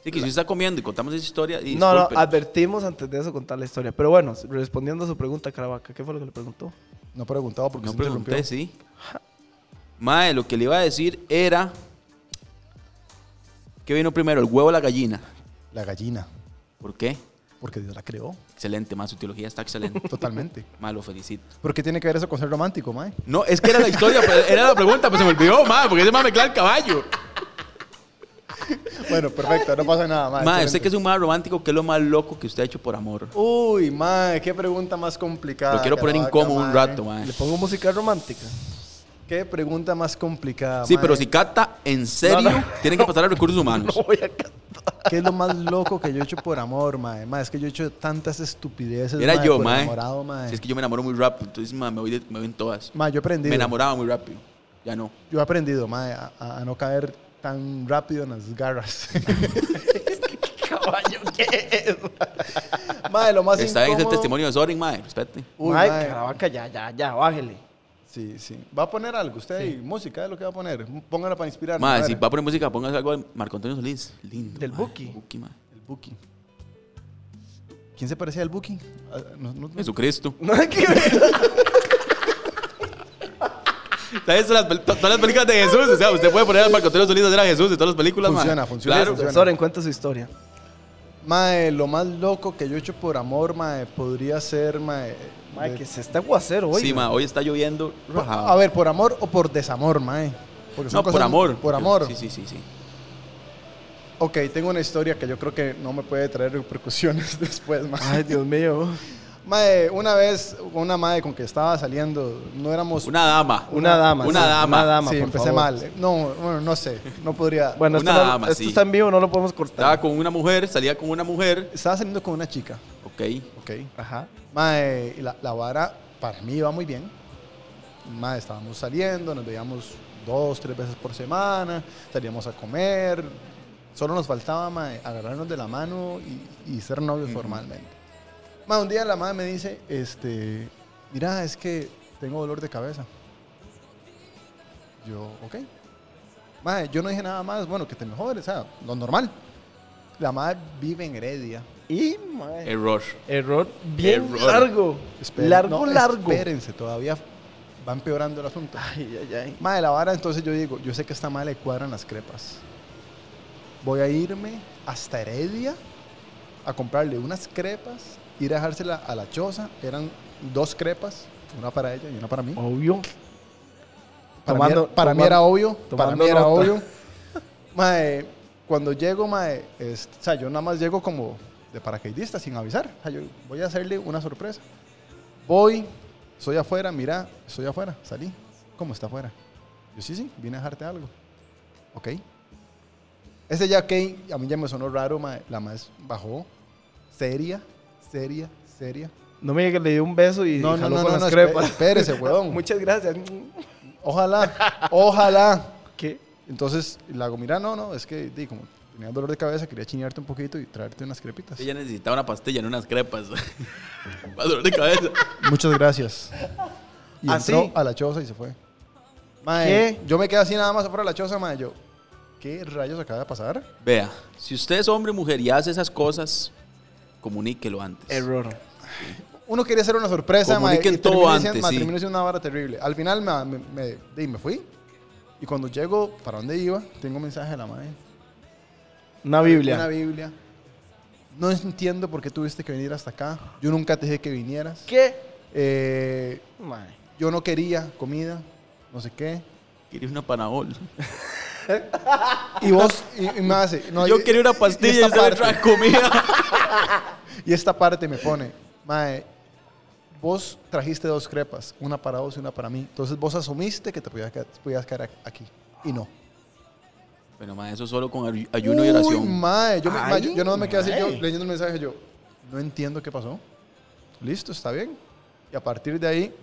[SPEAKER 2] Así que si usted está comiendo y contamos esa historia, y
[SPEAKER 1] No, no,
[SPEAKER 2] disculpen.
[SPEAKER 1] advertimos antes de eso contar la historia. Pero bueno, respondiendo a su pregunta, Caravaca, ¿qué fue lo que le preguntó?
[SPEAKER 3] No preguntaba porque
[SPEAKER 2] No
[SPEAKER 3] se
[SPEAKER 2] pregunté,
[SPEAKER 3] interrumpió.
[SPEAKER 2] sí. Mae, lo que le iba a decir era. ¿Qué vino primero, el huevo o la gallina?
[SPEAKER 3] La gallina.
[SPEAKER 2] ¿Por qué?
[SPEAKER 3] Porque Dios la creó.
[SPEAKER 2] Excelente, mae, su teología está excelente.
[SPEAKER 3] Totalmente.
[SPEAKER 2] mae, lo felicito.
[SPEAKER 3] ¿Pero qué tiene que ver eso con ser romántico, mae?
[SPEAKER 2] No, es que era la historia, pero era la pregunta, pues se me olvidó, mae, porque ese mae me clava el caballo.
[SPEAKER 3] Bueno, perfecto, no pasa nada, mae.
[SPEAKER 2] Mae,
[SPEAKER 3] excelente.
[SPEAKER 2] usted que es un mae romántico, ¿qué es lo más loco que usted ha hecho por amor?
[SPEAKER 3] Uy, mae, qué pregunta más complicada.
[SPEAKER 2] Lo quiero poner
[SPEAKER 3] caraca,
[SPEAKER 2] incómodo un
[SPEAKER 3] mae.
[SPEAKER 2] rato, mae.
[SPEAKER 1] Le pongo música romántica.
[SPEAKER 3] Qué pregunta más complicada,
[SPEAKER 2] Sí,
[SPEAKER 3] mae.
[SPEAKER 2] pero si cata en serio,
[SPEAKER 1] No, no.
[SPEAKER 2] tienen que pasar a recursos humanos.
[SPEAKER 1] No voy a cantar.
[SPEAKER 3] ¿Qué es lo más loco que yo he hecho por amor, mae? Mae, es que yo he hecho tantas estupideces,
[SPEAKER 2] Era
[SPEAKER 3] mae,
[SPEAKER 2] yo,
[SPEAKER 3] por
[SPEAKER 2] mae.
[SPEAKER 3] enamorado, mae.
[SPEAKER 2] Si es que yo me enamoro muy rápido, entonces mae, me, voy de- me voy en todas.
[SPEAKER 3] Mae, yo he aprendido.
[SPEAKER 2] Me enamoraba muy rápido. Ya no.
[SPEAKER 3] Yo he aprendido, mae, a, a- a no caer tan rápido en las garras.
[SPEAKER 1] Caballo, ¿qué es?
[SPEAKER 3] mae, lo más
[SPEAKER 2] Está bien el
[SPEAKER 3] incómodo-
[SPEAKER 2] testimonio de Soren, mae. Respete.
[SPEAKER 3] Uy,
[SPEAKER 1] Mae,
[SPEAKER 3] mae.
[SPEAKER 1] Caravaca, ya, ya, ya, bájele.
[SPEAKER 3] Sí, sí. Va a poner algo usted ahí. Música es lo que va a poner. Póngala para inspirar.
[SPEAKER 2] Mae, si va a poner música, póngase algo de Marco Antonio Solís. Lindo.
[SPEAKER 1] Del
[SPEAKER 2] mae.
[SPEAKER 1] Buki.
[SPEAKER 2] Buki, mae.
[SPEAKER 3] El Buki. ¿Quién se parecía al Buki? Ah, no- no-
[SPEAKER 2] Jesucristo.
[SPEAKER 1] No hay que ver.
[SPEAKER 2] ¿Sabes? Todas las, pel- to- todas las películas de Jesús. O sea, usted puede poner a Marco Antonio Solís a hacer a Jesús de todas las películas, mae.
[SPEAKER 3] Funciona, funciona.
[SPEAKER 2] Claro.
[SPEAKER 3] Funciona.
[SPEAKER 1] Soren, cuenta su historia.
[SPEAKER 3] Mae, lo más loco que yo he hecho por amor, mae, podría ser, mae.
[SPEAKER 1] Mae,
[SPEAKER 3] de-
[SPEAKER 1] que se está aguacero hoy.
[SPEAKER 2] Sí, mae. Hoy está lloviendo.
[SPEAKER 3] A
[SPEAKER 2] rajado.
[SPEAKER 3] ver, por amor o por desamor, mae. Porque son
[SPEAKER 2] No, por
[SPEAKER 3] cosas-
[SPEAKER 2] amor.
[SPEAKER 3] Por amor.
[SPEAKER 2] Sí, sí, sí. sí.
[SPEAKER 3] Ok, tengo una historia que yo creo que no me puede traer repercusiones después, mae.
[SPEAKER 1] Ay, Dios mío.
[SPEAKER 3] Mae, una vez, una mae con que estaba saliendo, no éramos.
[SPEAKER 2] Una dama.
[SPEAKER 1] Una dama.
[SPEAKER 2] Una
[SPEAKER 1] sí,
[SPEAKER 2] dama.
[SPEAKER 1] Una dama,
[SPEAKER 3] sí,
[SPEAKER 1] por
[SPEAKER 3] empecé
[SPEAKER 1] favor.
[SPEAKER 3] mal. No, bueno, no sé, no podría.
[SPEAKER 1] Bueno, esto,
[SPEAKER 2] Una
[SPEAKER 1] no-
[SPEAKER 2] dama,
[SPEAKER 1] esto
[SPEAKER 2] sí.
[SPEAKER 1] está en vivo, no lo podemos cortar.
[SPEAKER 2] Estaba con una mujer, salía con una mujer.
[SPEAKER 3] Estaba saliendo con una chica,
[SPEAKER 2] Ok.
[SPEAKER 3] ok.
[SPEAKER 1] Ajá.
[SPEAKER 3] Mae, y la, la vara para mí iba muy bien. Mae, estábamos saliendo, nos veíamos dos, tres veces por semana, salíamos a comer. Solo nos faltaba, mae, agarrarnos de la mano y, y ser novios formalmente. Mae, un día la madre me dice, este, mira, es que tengo dolor de cabeza. Yo, ok. Mae, yo no dije nada más, bueno, que te mejores, o sea, lo normal. La madre vive en Heredia.
[SPEAKER 1] Y, mae.
[SPEAKER 2] Error.
[SPEAKER 1] Error bien
[SPEAKER 2] Error.
[SPEAKER 1] largo.
[SPEAKER 3] Esperen-
[SPEAKER 1] largo,
[SPEAKER 3] no,
[SPEAKER 1] largo.
[SPEAKER 3] Espérense, todavía va empeorando el asunto.
[SPEAKER 1] Ay, ay, ay.
[SPEAKER 3] Madre, la vara, entonces yo digo, yo sé que esta madre le cuadran las crepas. Voy a irme hasta Heredia a comprarle unas crepas, ir a dejársela a la choza. Eran dos crepas, una para ella y una para mí.
[SPEAKER 1] Obvio.
[SPEAKER 3] Para, mí,
[SPEAKER 1] Tomando-
[SPEAKER 3] era- para mí
[SPEAKER 1] tomando-
[SPEAKER 3] era obvio. Para
[SPEAKER 1] tomando
[SPEAKER 3] mí era
[SPEAKER 1] nota.
[SPEAKER 3] obvio. Mae, cuando llego, mae, es- o sea, yo nada más llego como de paracaidista sin avisar. O sea, yo voy a hacerle una sorpresa. Voy, soy afuera, mira, estoy afuera, salí. ¿Cómo está afuera? Yo sí, sí, vine a dejarte algo. Ok. Ese ya ok, a mí ya me sonó raro, mae. la más bajó. Seria, seria, seria.
[SPEAKER 1] No me diga que le dio un beso y
[SPEAKER 3] No, no,
[SPEAKER 1] jaló
[SPEAKER 3] no,
[SPEAKER 1] con
[SPEAKER 3] no,
[SPEAKER 1] las
[SPEAKER 3] no, espe-
[SPEAKER 1] crepas.
[SPEAKER 3] espérese, weón.
[SPEAKER 1] Muchas gracias.
[SPEAKER 3] Ojalá, ojalá.
[SPEAKER 1] ¿Qué?
[SPEAKER 3] Entonces le hago, mira, no, no, es que di, como tenía dolor de cabeza, quería chinearte un poquito y traerte unas crepitas.
[SPEAKER 2] Ella necesitaba una pastilla, no unas crepas. Para dolor de cabeza.
[SPEAKER 3] Muchas gracias. Y
[SPEAKER 1] ¿Ah,
[SPEAKER 3] entró
[SPEAKER 1] sí?
[SPEAKER 3] a la choza y se fue. Mae,
[SPEAKER 1] ¿Qué?
[SPEAKER 3] yo me quedé así nada más afuera de la choza, mae. Yo, ¿qué rayos acaba de pasar?
[SPEAKER 2] Vea, si usted es hombre, mujer y hace esas cosas, comuníquelo antes.
[SPEAKER 1] Error.
[SPEAKER 3] Uno quería hacer una sorpresa, mae.
[SPEAKER 2] Comuniquen
[SPEAKER 3] y
[SPEAKER 2] todo
[SPEAKER 3] terminé
[SPEAKER 2] antes,
[SPEAKER 3] siendo- mae,
[SPEAKER 2] sí.
[SPEAKER 3] terminé siendo una vara terrible. Al final mae, me, me- di, me fui. Y cuando llego, ¿para dónde iba? Tengo un mensaje de la madre.
[SPEAKER 1] Una Biblia.
[SPEAKER 3] Una Biblia. No entiendo por qué tuviste que venir hasta acá. Yo nunca te dije que vinieras.
[SPEAKER 1] ¿Qué?
[SPEAKER 3] Eh,
[SPEAKER 1] Mae.
[SPEAKER 3] yo no quería comida, no sé qué.
[SPEAKER 2] Quería una panabol.
[SPEAKER 3] Y vos, y, y me hace. no,
[SPEAKER 2] Yo
[SPEAKER 3] y-
[SPEAKER 2] quería una
[SPEAKER 3] y
[SPEAKER 2] pastilla y
[SPEAKER 3] esta,
[SPEAKER 2] usted me trae
[SPEAKER 3] parte,
[SPEAKER 2] comida.
[SPEAKER 3] y esta parte me pone, mae, vos trajiste dos crepas, una para vos y una para mí. Entonces vos asumiste que te podías, quedar- podías quedar ac- aquí. Y no.
[SPEAKER 2] Bueno, ma, eso solo con ayu- ayuno y oración.
[SPEAKER 3] Uy, mae, yo, me, mae, yo,
[SPEAKER 1] Ay,
[SPEAKER 3] yo no me quedé así, yo
[SPEAKER 1] mae.
[SPEAKER 3] leyendo el mensaje, yo, no entiendo qué pasó. Listo, está bien. Y a partir de ahí,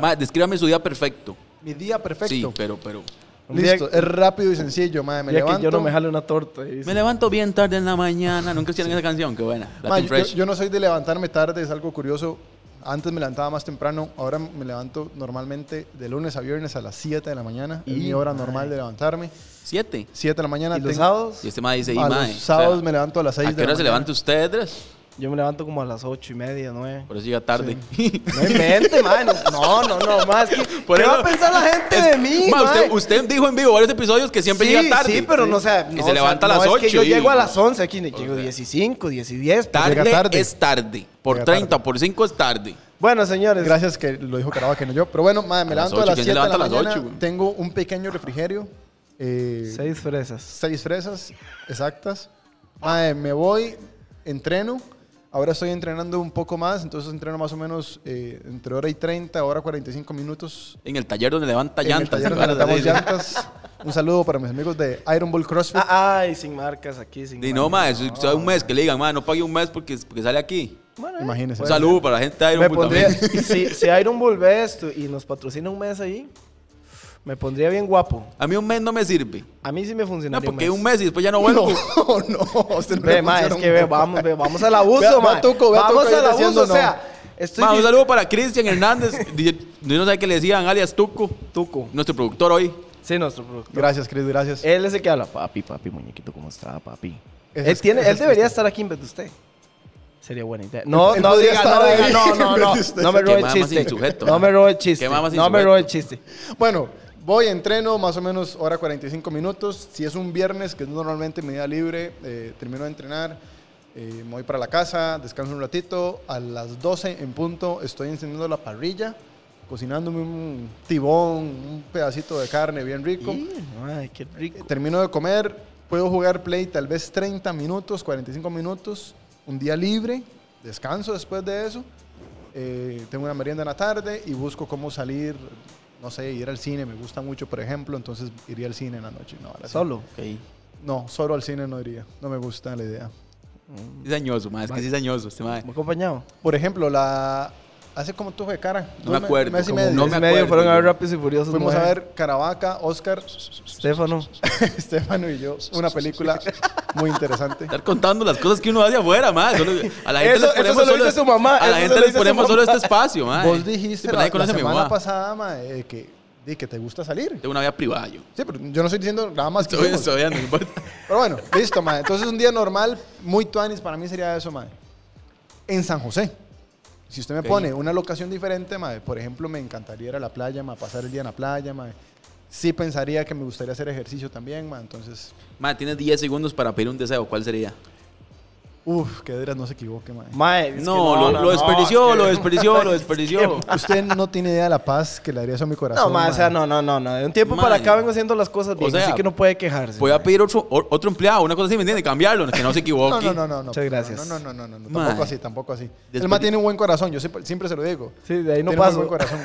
[SPEAKER 2] Ma, descríbame su día perfecto.
[SPEAKER 3] mi día perfecto.
[SPEAKER 2] Sí, pero, pero.
[SPEAKER 1] Un día-
[SPEAKER 3] Listo, es rápido y sencillo, mae, me
[SPEAKER 1] Ya que
[SPEAKER 3] levanto.
[SPEAKER 1] yo no me jale una torta. dice.
[SPEAKER 2] Me levanto bien tarde en la mañana. Nunca hicieron esa canción, qué buena.
[SPEAKER 3] Ma,
[SPEAKER 2] Latin
[SPEAKER 3] yo,
[SPEAKER 2] Fresh.
[SPEAKER 3] yo- yo no soy de levantarme tarde, es algo curioso. Antes me levantaba más temprano, ahora me levanto normalmente de lunes a viernes a las 7 de la mañana. Es
[SPEAKER 1] Y,
[SPEAKER 3] mi hora
[SPEAKER 1] mae.
[SPEAKER 3] normal de levantarme.
[SPEAKER 2] Siete.
[SPEAKER 3] 7 de la mañana.
[SPEAKER 1] ¿Y los
[SPEAKER 3] tengo-
[SPEAKER 1] sábados?
[SPEAKER 2] Y este ma dice, y
[SPEAKER 3] A
[SPEAKER 2] mae,
[SPEAKER 3] los sábados
[SPEAKER 2] o sea,
[SPEAKER 3] me levanto a las 6
[SPEAKER 2] ¿A qué
[SPEAKER 3] de la
[SPEAKER 2] hora
[SPEAKER 3] mañana.
[SPEAKER 2] se levanta usted, Andrés?
[SPEAKER 1] Yo me levanto como a las ocho y media, nueve.
[SPEAKER 2] Por eso llega tarde.
[SPEAKER 1] No invente, mae. No, no, no, no, mae. es que,
[SPEAKER 2] Por
[SPEAKER 1] ¿Qué
[SPEAKER 2] eso-
[SPEAKER 1] va a pensar la gente
[SPEAKER 2] Es-
[SPEAKER 1] de mí,
[SPEAKER 2] Ma, usted,
[SPEAKER 1] mae?
[SPEAKER 2] usted dijo en vivo varios episodios que siempre
[SPEAKER 1] Sí,
[SPEAKER 2] llega tarde.
[SPEAKER 1] Sí, pero no, o sea...
[SPEAKER 2] Y
[SPEAKER 1] no,
[SPEAKER 2] se
[SPEAKER 1] o
[SPEAKER 2] levanta
[SPEAKER 1] sea,
[SPEAKER 2] a las
[SPEAKER 1] no,
[SPEAKER 2] 8.
[SPEAKER 1] Es que yo
[SPEAKER 2] y-
[SPEAKER 1] llego a las 11 aquí,
[SPEAKER 2] O
[SPEAKER 1] llego
[SPEAKER 2] sea.
[SPEAKER 1] 15, 10 y 10.
[SPEAKER 2] Tarde,
[SPEAKER 3] Llega tarde.
[SPEAKER 2] es tarde. Por
[SPEAKER 3] Llega
[SPEAKER 2] 30,
[SPEAKER 3] tarde.
[SPEAKER 2] por 5 es tarde.
[SPEAKER 1] Bueno, señores.
[SPEAKER 3] Gracias que lo dijo Caraba, que no yo. Pero bueno, mae, me
[SPEAKER 2] A las
[SPEAKER 3] levanto a
[SPEAKER 2] ocho,
[SPEAKER 3] las
[SPEAKER 2] ¿quién
[SPEAKER 3] 7
[SPEAKER 2] se
[SPEAKER 3] de
[SPEAKER 2] levanta
[SPEAKER 3] la
[SPEAKER 2] a las
[SPEAKER 3] mañana.
[SPEAKER 2] ocho, güey?
[SPEAKER 3] tengo un pequeño refrigerio. Eh,
[SPEAKER 1] Seis fresas.
[SPEAKER 3] seis fresas exactas. Mae, me voy, entreno. Ahora estoy entrenando un poco más, entonces entreno más o menos eh, entre hora y 30, hora 45 minutos.
[SPEAKER 2] En el taller donde levanta
[SPEAKER 3] En el
[SPEAKER 2] llantas.
[SPEAKER 3] taller donde
[SPEAKER 2] ¿verdad?
[SPEAKER 3] levantamos
[SPEAKER 2] Sí, sí.
[SPEAKER 3] llantas. Un saludo para mis amigos de Iron Bull CrossFit.
[SPEAKER 1] Ah, ay, sin marcas aquí, sin
[SPEAKER 2] Di, no,
[SPEAKER 1] marcas.
[SPEAKER 2] ma, si- si hay un mes que le digan, ma, no pague un mes porque, porque sale aquí.
[SPEAKER 1] Bueno, eh.
[SPEAKER 3] Imagínense.
[SPEAKER 2] Un saludo para la gente de Iron
[SPEAKER 1] Me
[SPEAKER 2] Bull
[SPEAKER 1] pondría,
[SPEAKER 2] también.
[SPEAKER 1] si, si Iron Bull ve esto y nos patrocina un mes ahí, me pondría bien guapo.
[SPEAKER 2] A mí un mes no me sirve.
[SPEAKER 1] A mí sí me
[SPEAKER 2] No,
[SPEAKER 1] funcionaría
[SPEAKER 2] porque
[SPEAKER 1] un mes.
[SPEAKER 2] un mes y después ya no
[SPEAKER 3] No,
[SPEAKER 2] vuelvo.
[SPEAKER 3] Oh, no, usted no
[SPEAKER 1] Ve,
[SPEAKER 3] le
[SPEAKER 1] ma, es
[SPEAKER 3] funciona
[SPEAKER 1] que
[SPEAKER 3] un
[SPEAKER 1] ve,
[SPEAKER 3] poco.
[SPEAKER 1] vamos, ve, vamos al abuso,
[SPEAKER 3] Ve- ve a
[SPEAKER 1] ma.
[SPEAKER 3] Tuco, ve a
[SPEAKER 1] vamos
[SPEAKER 3] Tuco ahí
[SPEAKER 1] al abuso,
[SPEAKER 3] diciendo
[SPEAKER 1] o sea, estoy
[SPEAKER 2] Ma, un
[SPEAKER 1] di-
[SPEAKER 2] saludo para Cristian Hernández. Di- Yo no sé qué le decían, alias Tuco.
[SPEAKER 1] Tuco.
[SPEAKER 2] Nuestro productor hoy.
[SPEAKER 1] Sí, nuestro productor.
[SPEAKER 3] Gracias, Chris, gracias.
[SPEAKER 1] Él es el que habla, papi, papi, muñequito, ¿cómo está, papi?
[SPEAKER 3] Ese
[SPEAKER 1] Eh, él
[SPEAKER 3] es-
[SPEAKER 1] tiene,
[SPEAKER 3] ese
[SPEAKER 1] él
[SPEAKER 3] es
[SPEAKER 1] debería
[SPEAKER 3] Cristian.
[SPEAKER 1] estar aquí en vez de usted. Sería buena idea. No,
[SPEAKER 3] él
[SPEAKER 1] no
[SPEAKER 3] podría
[SPEAKER 1] diga,
[SPEAKER 3] estar
[SPEAKER 1] no
[SPEAKER 3] ahí
[SPEAKER 1] diga, no,
[SPEAKER 3] en
[SPEAKER 1] no,
[SPEAKER 3] vez
[SPEAKER 1] no.
[SPEAKER 3] de usted.
[SPEAKER 1] No me
[SPEAKER 2] Qué
[SPEAKER 1] robe el
[SPEAKER 2] mamá más
[SPEAKER 1] chiste.
[SPEAKER 2] insujeto,
[SPEAKER 1] No
[SPEAKER 2] ma.
[SPEAKER 1] me robe el chiste.
[SPEAKER 2] Qué mamá más
[SPEAKER 1] No me
[SPEAKER 2] insujeto.
[SPEAKER 1] robe el chiste.
[SPEAKER 3] Bueno, voy, entreno más o menos hora 45 minutos. Si es un viernes, que es normalmente mi día libre, eh, termino de entrenar, eh, me voy para la casa, descanso un ratito. A las 12 en punto estoy encendiendo la parrilla, cocinándome un tibón, un pedacito de carne bien rico.
[SPEAKER 1] Ay, qué rico.
[SPEAKER 3] Termino de comer, puedo jugar play tal vez 30 minutos, 45 minutos, un día libre, descanso después de eso, eh, tengo una merienda en la tarde y busco cómo salir, no sé, ir al cine, me gusta mucho, por ejemplo, entonces iría al cine en la noche. No, ahora sí.
[SPEAKER 1] Solo.
[SPEAKER 3] No, solo al cine no iría, no me gusta la idea.
[SPEAKER 2] Es dañoso, ma, es que sí es dañoso este ma.
[SPEAKER 1] ¿Me ha acompañado?
[SPEAKER 3] Por ejemplo, la... ¿Hace como tú de cara?
[SPEAKER 2] No
[SPEAKER 3] Dos
[SPEAKER 2] me
[SPEAKER 3] me-
[SPEAKER 2] acuerdo,
[SPEAKER 3] mes y
[SPEAKER 2] como
[SPEAKER 3] medio.
[SPEAKER 2] no
[SPEAKER 1] Mes
[SPEAKER 2] me
[SPEAKER 1] y medio
[SPEAKER 2] acuerdo,
[SPEAKER 1] fueron a ver
[SPEAKER 2] yo.
[SPEAKER 1] Rápidos y Furiosos.
[SPEAKER 3] Fuimos a
[SPEAKER 1] nueve.
[SPEAKER 3] ver Caravaca, Oscar,
[SPEAKER 1] Stefano.
[SPEAKER 3] Estefano y yo, una película muy interesante.
[SPEAKER 2] Estar contando las cosas que uno hace afuera, ma. Solo- a la gente
[SPEAKER 1] Eso-
[SPEAKER 2] les
[SPEAKER 1] eso
[SPEAKER 2] ponemos
[SPEAKER 1] se lo
[SPEAKER 2] solo,
[SPEAKER 1] dice su mamá,
[SPEAKER 2] A
[SPEAKER 1] eso
[SPEAKER 2] la
[SPEAKER 1] se
[SPEAKER 2] gente
[SPEAKER 1] lo
[SPEAKER 2] les
[SPEAKER 1] dice su
[SPEAKER 2] ponemos solo
[SPEAKER 1] mamá.
[SPEAKER 2] este espacio, ma.
[SPEAKER 3] Vos
[SPEAKER 2] Eh. Sí,
[SPEAKER 3] dijiste
[SPEAKER 2] pero
[SPEAKER 3] la,
[SPEAKER 2] nadie conoce
[SPEAKER 3] la
[SPEAKER 2] a mi
[SPEAKER 3] semana
[SPEAKER 2] mamá.
[SPEAKER 3] pasada, ma, eh, que, di que te gusta salir.
[SPEAKER 2] Tengo una vida privada yo.
[SPEAKER 3] Sí, pero yo no estoy diciendo nada más que...
[SPEAKER 2] Estoy,
[SPEAKER 3] somos.
[SPEAKER 2] estoy, no importa.
[SPEAKER 3] Pero bueno, listo, ma. Entonces un día normal, muy tuanis para mí sería eso, ma. En San José. Si usted me
[SPEAKER 2] Ok.
[SPEAKER 3] pone una locación diferente, ma, por ejemplo, me encantaría ir a la playa, ma, pasar el día en la playa, ma. Sí pensaría que me gustaría hacer ejercicio también, ma. Entonces,
[SPEAKER 2] Ma, tienes 10 segundos para pedir un deseo. ¿Cuál sería?
[SPEAKER 3] Uf, que Edras no se equivoque, mae.
[SPEAKER 1] Mae, es que
[SPEAKER 2] No, lo, lo desperdició,
[SPEAKER 1] es que-
[SPEAKER 2] lo desperdició, lo desperdició.
[SPEAKER 3] Usted no tiene idea de la paz que le haría eso a mi corazón.
[SPEAKER 1] No, mae, o sea,
[SPEAKER 3] mae.
[SPEAKER 1] no, no, no, no. De un tiempo
[SPEAKER 2] Mae.
[SPEAKER 1] para acá vengo haciendo las cosas bien,
[SPEAKER 2] sea,
[SPEAKER 1] así que no puede quejarse.
[SPEAKER 2] Voy a
[SPEAKER 1] mae.
[SPEAKER 2] pedir otro, o- otro empleado, una cosa así, ¿me entiende? Cambiarlo, que no se
[SPEAKER 3] No,
[SPEAKER 2] equivoque.
[SPEAKER 3] no, no, no, no.
[SPEAKER 1] Muchas gracias.
[SPEAKER 3] No, no, no, no, no,
[SPEAKER 2] Mae.
[SPEAKER 3] tampoco así, tampoco así.
[SPEAKER 2] Después-
[SPEAKER 3] El mae tiene un buen corazón, yo siempre, siempre se lo digo.
[SPEAKER 1] Sí, de ahí no
[SPEAKER 3] tiene
[SPEAKER 1] paso.
[SPEAKER 3] un buen corazón.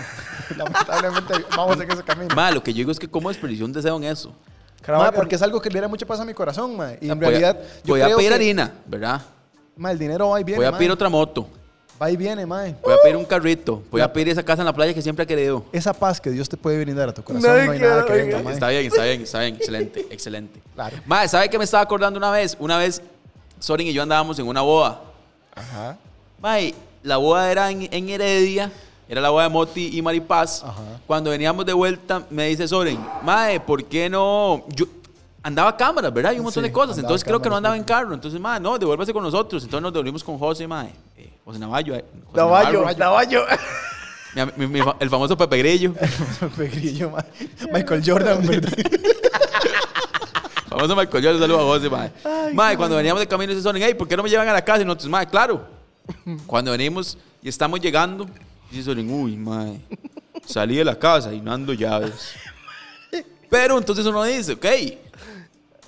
[SPEAKER 3] Lamentablemente vamos en ese camino.
[SPEAKER 2] Ma, lo que yo digo es que cómo desperdició un deseo en eso.
[SPEAKER 1] Caravaca,
[SPEAKER 3] Mae, porque es algo que le da mucha paz a mi corazón, mae. Y en
[SPEAKER 2] Ah, Voy a-
[SPEAKER 3] realidad, yo
[SPEAKER 2] voy a
[SPEAKER 3] creo
[SPEAKER 2] pedir
[SPEAKER 3] que-
[SPEAKER 2] harina, ¿verdad?
[SPEAKER 3] Mae, el dinero va y viene, Uh.
[SPEAKER 2] Voy a
[SPEAKER 3] mae.
[SPEAKER 2] pedir otra moto.
[SPEAKER 3] Va y viene, mae.
[SPEAKER 2] Voy a pedir un carrito. Voy a pedir esa casa en la playa que siempre ha querido.
[SPEAKER 3] Esa paz que Dios te puede brindar a tu corazón,
[SPEAKER 1] Nadie
[SPEAKER 3] no hay
[SPEAKER 1] quiere-
[SPEAKER 3] nada que venga,
[SPEAKER 1] oiga,
[SPEAKER 3] mae.
[SPEAKER 2] Está bien, está bien, está bien. Excelente, excelente.
[SPEAKER 3] Claro.
[SPEAKER 2] Mae, ¿sabe qué me estaba acordando una vez? Una vez Soren y yo andábamos en una boda.
[SPEAKER 3] Ajá,
[SPEAKER 2] Mae, la boda era en, en Heredia. Era la boda de Moti y Maripaz.
[SPEAKER 3] Ajá.
[SPEAKER 2] Cuando veníamos de vuelta, me dice Soren, Mae, ¿por qué no...? Yo andaba a cámaras, ¿verdad? Y un montón
[SPEAKER 3] Sí,
[SPEAKER 2] de cosas.
[SPEAKER 3] andaba
[SPEAKER 2] Entonces creo que no
[SPEAKER 3] cámaras,
[SPEAKER 2] andaba
[SPEAKER 3] pues.
[SPEAKER 2] en carro. Entonces, Mae, no, devuélvase con nosotros. Entonces nos devolvimos con José, Mae. Eh, José Navallo. eh, José
[SPEAKER 1] Navallo,
[SPEAKER 2] Navarro.
[SPEAKER 1] Navallo.
[SPEAKER 2] Mi am- mi- mi fa- el famoso Pepe Grillo.
[SPEAKER 3] Pepe Grillo, mae. Michael Jordan, ¿verdad?
[SPEAKER 2] Vamos a Michael Jordan, saludo a José, mae. Mae, cuando veníamos de camino, dice Soren, hey, ¿por qué no me llevan a la casa? Y nosotros, mae, claro. Cuando venimos y estamos llegando, dice Soren, uy, mae, salí de la casa y no ando llaves. Pero entonces uno dice, ok,